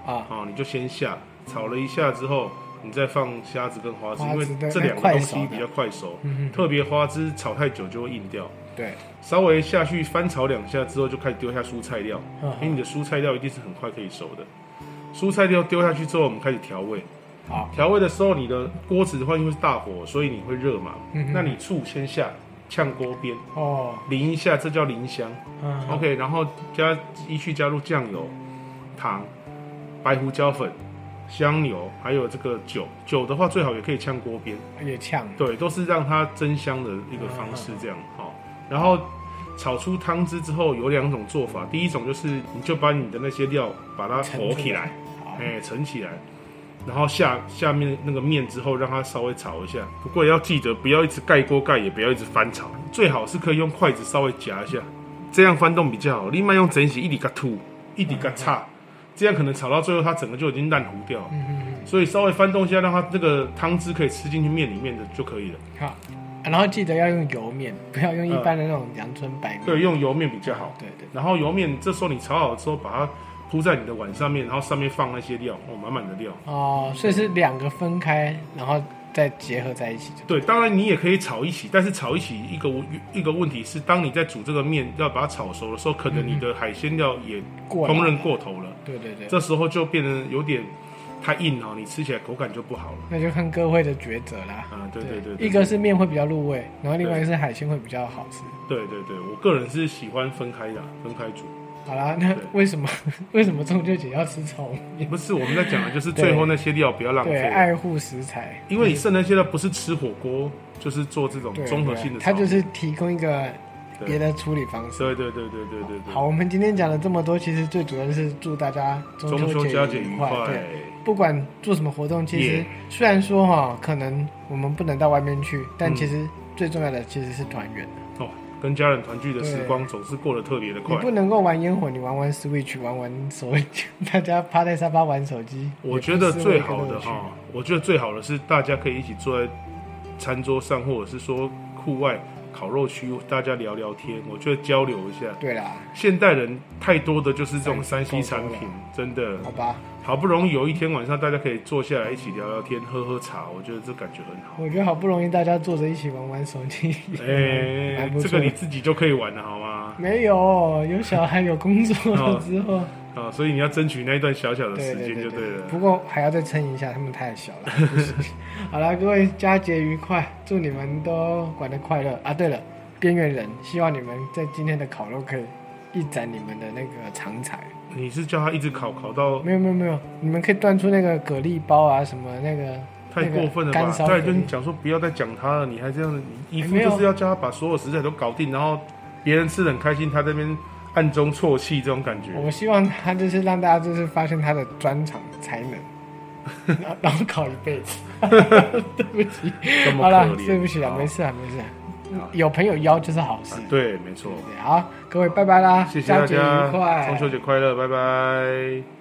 S2: 啊，
S1: 哦，你就先下，炒了一下之后，你再放虾子跟花枝，
S2: 花
S1: 因
S2: 枝
S1: 为
S2: 对
S1: 这
S2: 那
S1: 两个
S2: 快
S1: 东
S2: 熟
S1: 西
S2: 的
S1: 比较快熟，
S2: 嗯
S1: 特别花枝炒太久就会硬掉。
S2: 对，
S1: 稍微下去翻炒两下之后，就开始丢下蔬菜料，
S2: 嗯
S1: 因为你的蔬菜料一定是很快可以熟的。蔬菜料丢下去之后，我们开始调味。
S2: 好，
S1: 调味的时候，你的锅子的话，因为是大火，所以你会热嘛。
S2: 嗯哼
S1: 那你醋先下，呛锅边
S2: 哦，
S1: 淋一下，这叫淋香。
S2: 嗯，
S1: OK，然后加依序加入酱油、糖、白胡椒粉、香油，还有这个酒。酒的话最好也可以呛锅边，
S2: 也呛，
S1: 对，都是让它增香的一个方式，这样好、然后炒出汤汁之后，有两种做法，第一种就是你就把你的那些料把它
S2: 盛
S1: 和
S2: 出
S1: 起
S2: 来
S1: 来，
S2: 好
S1: 哎、盛起来。然后下下面那个面之后，让它稍微炒一下。不过要记得，不要一直盖锅盖，也不要一直翻炒，最好是可以用筷子稍微夹一下，这样翻动比较好。另外用整洗一滴嘎吐，一滴嘎叉，这样可能炒到最后它整个就已经烂糊掉了。
S2: 嗯嗯
S1: 所以稍微翻动一下，让它这个汤汁可以吃进去面里面的就可以了。
S2: 嗯，好。啊然后记得要用油面，不要用一般的那种阳春白面。
S1: 对，用油面比较好。
S2: 对对，
S1: 然后油面这时候你炒好之后，把它铺在你的碗上面，然后上面放那些料，哦，满满的料。
S2: 哦，所以是两个分开，然后再结合在一起。
S1: 对，当然你也可以炒一起，但是炒一起一个一个问题是，当你在煮这个面要把它炒熟的时候，可能你的海鲜料也
S2: 过
S1: 烹饪
S2: 了。
S1: 过头了，
S2: 对对对，
S1: 这时候就变得有点太硬哦，你吃起来口感就不好了。
S2: 那就看各位的抉择啦。
S1: 啊，对对对，对
S2: 一个是面会比较入味，然后另外一个是海鲜会比较好吃。
S1: 对对对，我个人是喜欢分开的，分开煮。
S2: 好啦，那
S1: 对
S2: 为什么 [LAUGHS] 为什么中秋节要吃葱？
S1: 不是我们在讲的，就是
S2: 对
S1: 最后那些料不要浪
S2: 对，
S1: 费，
S2: 爱护食材，
S1: 因为你剩那些料不是吃火锅，就是做这种
S2: 对
S1: 综合
S2: 对
S1: 性的炒
S2: 它
S1: 法。
S2: 就是提供一个
S1: 对
S2: 别的处理方式。
S1: 对对对对对对对。
S2: 好，我们今天讲了这么多，其实最主要是祝大家中
S1: 中秋佳
S2: 秋
S1: 节愉
S2: 愉
S1: 快，
S2: 对，不管做什么活动，其实
S1: Yeah
S2: 虽然说哈、可能我们不能到外面去，但
S1: 嗯
S2: 其实最重要的其实是团圆。
S1: 哦，跟家人团聚的时
S2: 对
S1: 光总是过得特别的
S2: 你
S1: 快。
S2: 不能够玩烟火，你玩玩 Switch，玩玩手机， [LAUGHS] 大家趴在沙发玩手机。
S1: 我觉得最好
S2: 也
S1: 的
S2: 不
S1: 哈、
S2: 是我一个乐趣
S1: 我觉得最好的是大家可以一起坐在餐桌上，或者是说户外烤肉区，大家聊聊天，我觉得交流一下。
S2: 对啦，
S1: 现代人太多的就是这种
S2: 三
S1: 三 C
S2: 高
S1: 产
S2: 端
S1: 品，真的
S2: 好吧，
S1: 好不容易有一天晚上大家可以坐下来一起聊聊天、喝喝茶，我觉得这感觉很好。
S2: 我觉得好不容易大家坐着一起玩玩手机，
S1: 哎、
S2: [LAUGHS] 还不
S1: 这
S2: 错
S1: 个你自己就可以玩了，好吗？
S2: 没有有小孩有工作了之后，
S1: 啊，所以你要争取那一段小小的
S2: 对
S1: [LAUGHS] 时
S2: 对
S1: 间
S2: 对
S1: 就对了。
S2: 不过还要再撑一下，他们太小
S1: [LAUGHS]
S2: 了。不行好啦，各位佳节愉快，祝你们都玩的快乐啊！对了，边缘人，希望你们在今天的烤肉可以一展你们的那个长才。哦
S1: 你是叫他一直烤烤到
S2: 没有没有没有，你们可以端出那个蛤蜊包啊，什么那个
S1: 太过分了
S2: 那个
S1: 吧
S2: 干？烧
S1: 再
S2: 蛤
S1: 跟你
S2: 蜊。
S1: 讲说不要再讲他了，你还这样子，你一
S2: 哎
S1: 副
S2: 没有
S1: 就是要叫他把所有食材都搞定，然后别人吃的很开心，他这边暗中啜泣这种感觉。
S2: 我希望他就是让大家就是发现他的专长
S1: [LAUGHS]
S2: 才能，啊然后然后考一辈子。对不起，
S1: 这么
S2: 好了
S1: 可，怜
S2: 对不起啊，
S1: 好
S2: 没事啊，没事啊
S1: 好。
S2: 有朋友邀就是好事。
S1: 对，没错。
S2: 啊对好，各位拜拜啦，
S1: 谢谢
S2: 佳
S1: 大
S2: 节愉
S1: 家，
S2: 快，
S1: 中秋节快乐，拜拜。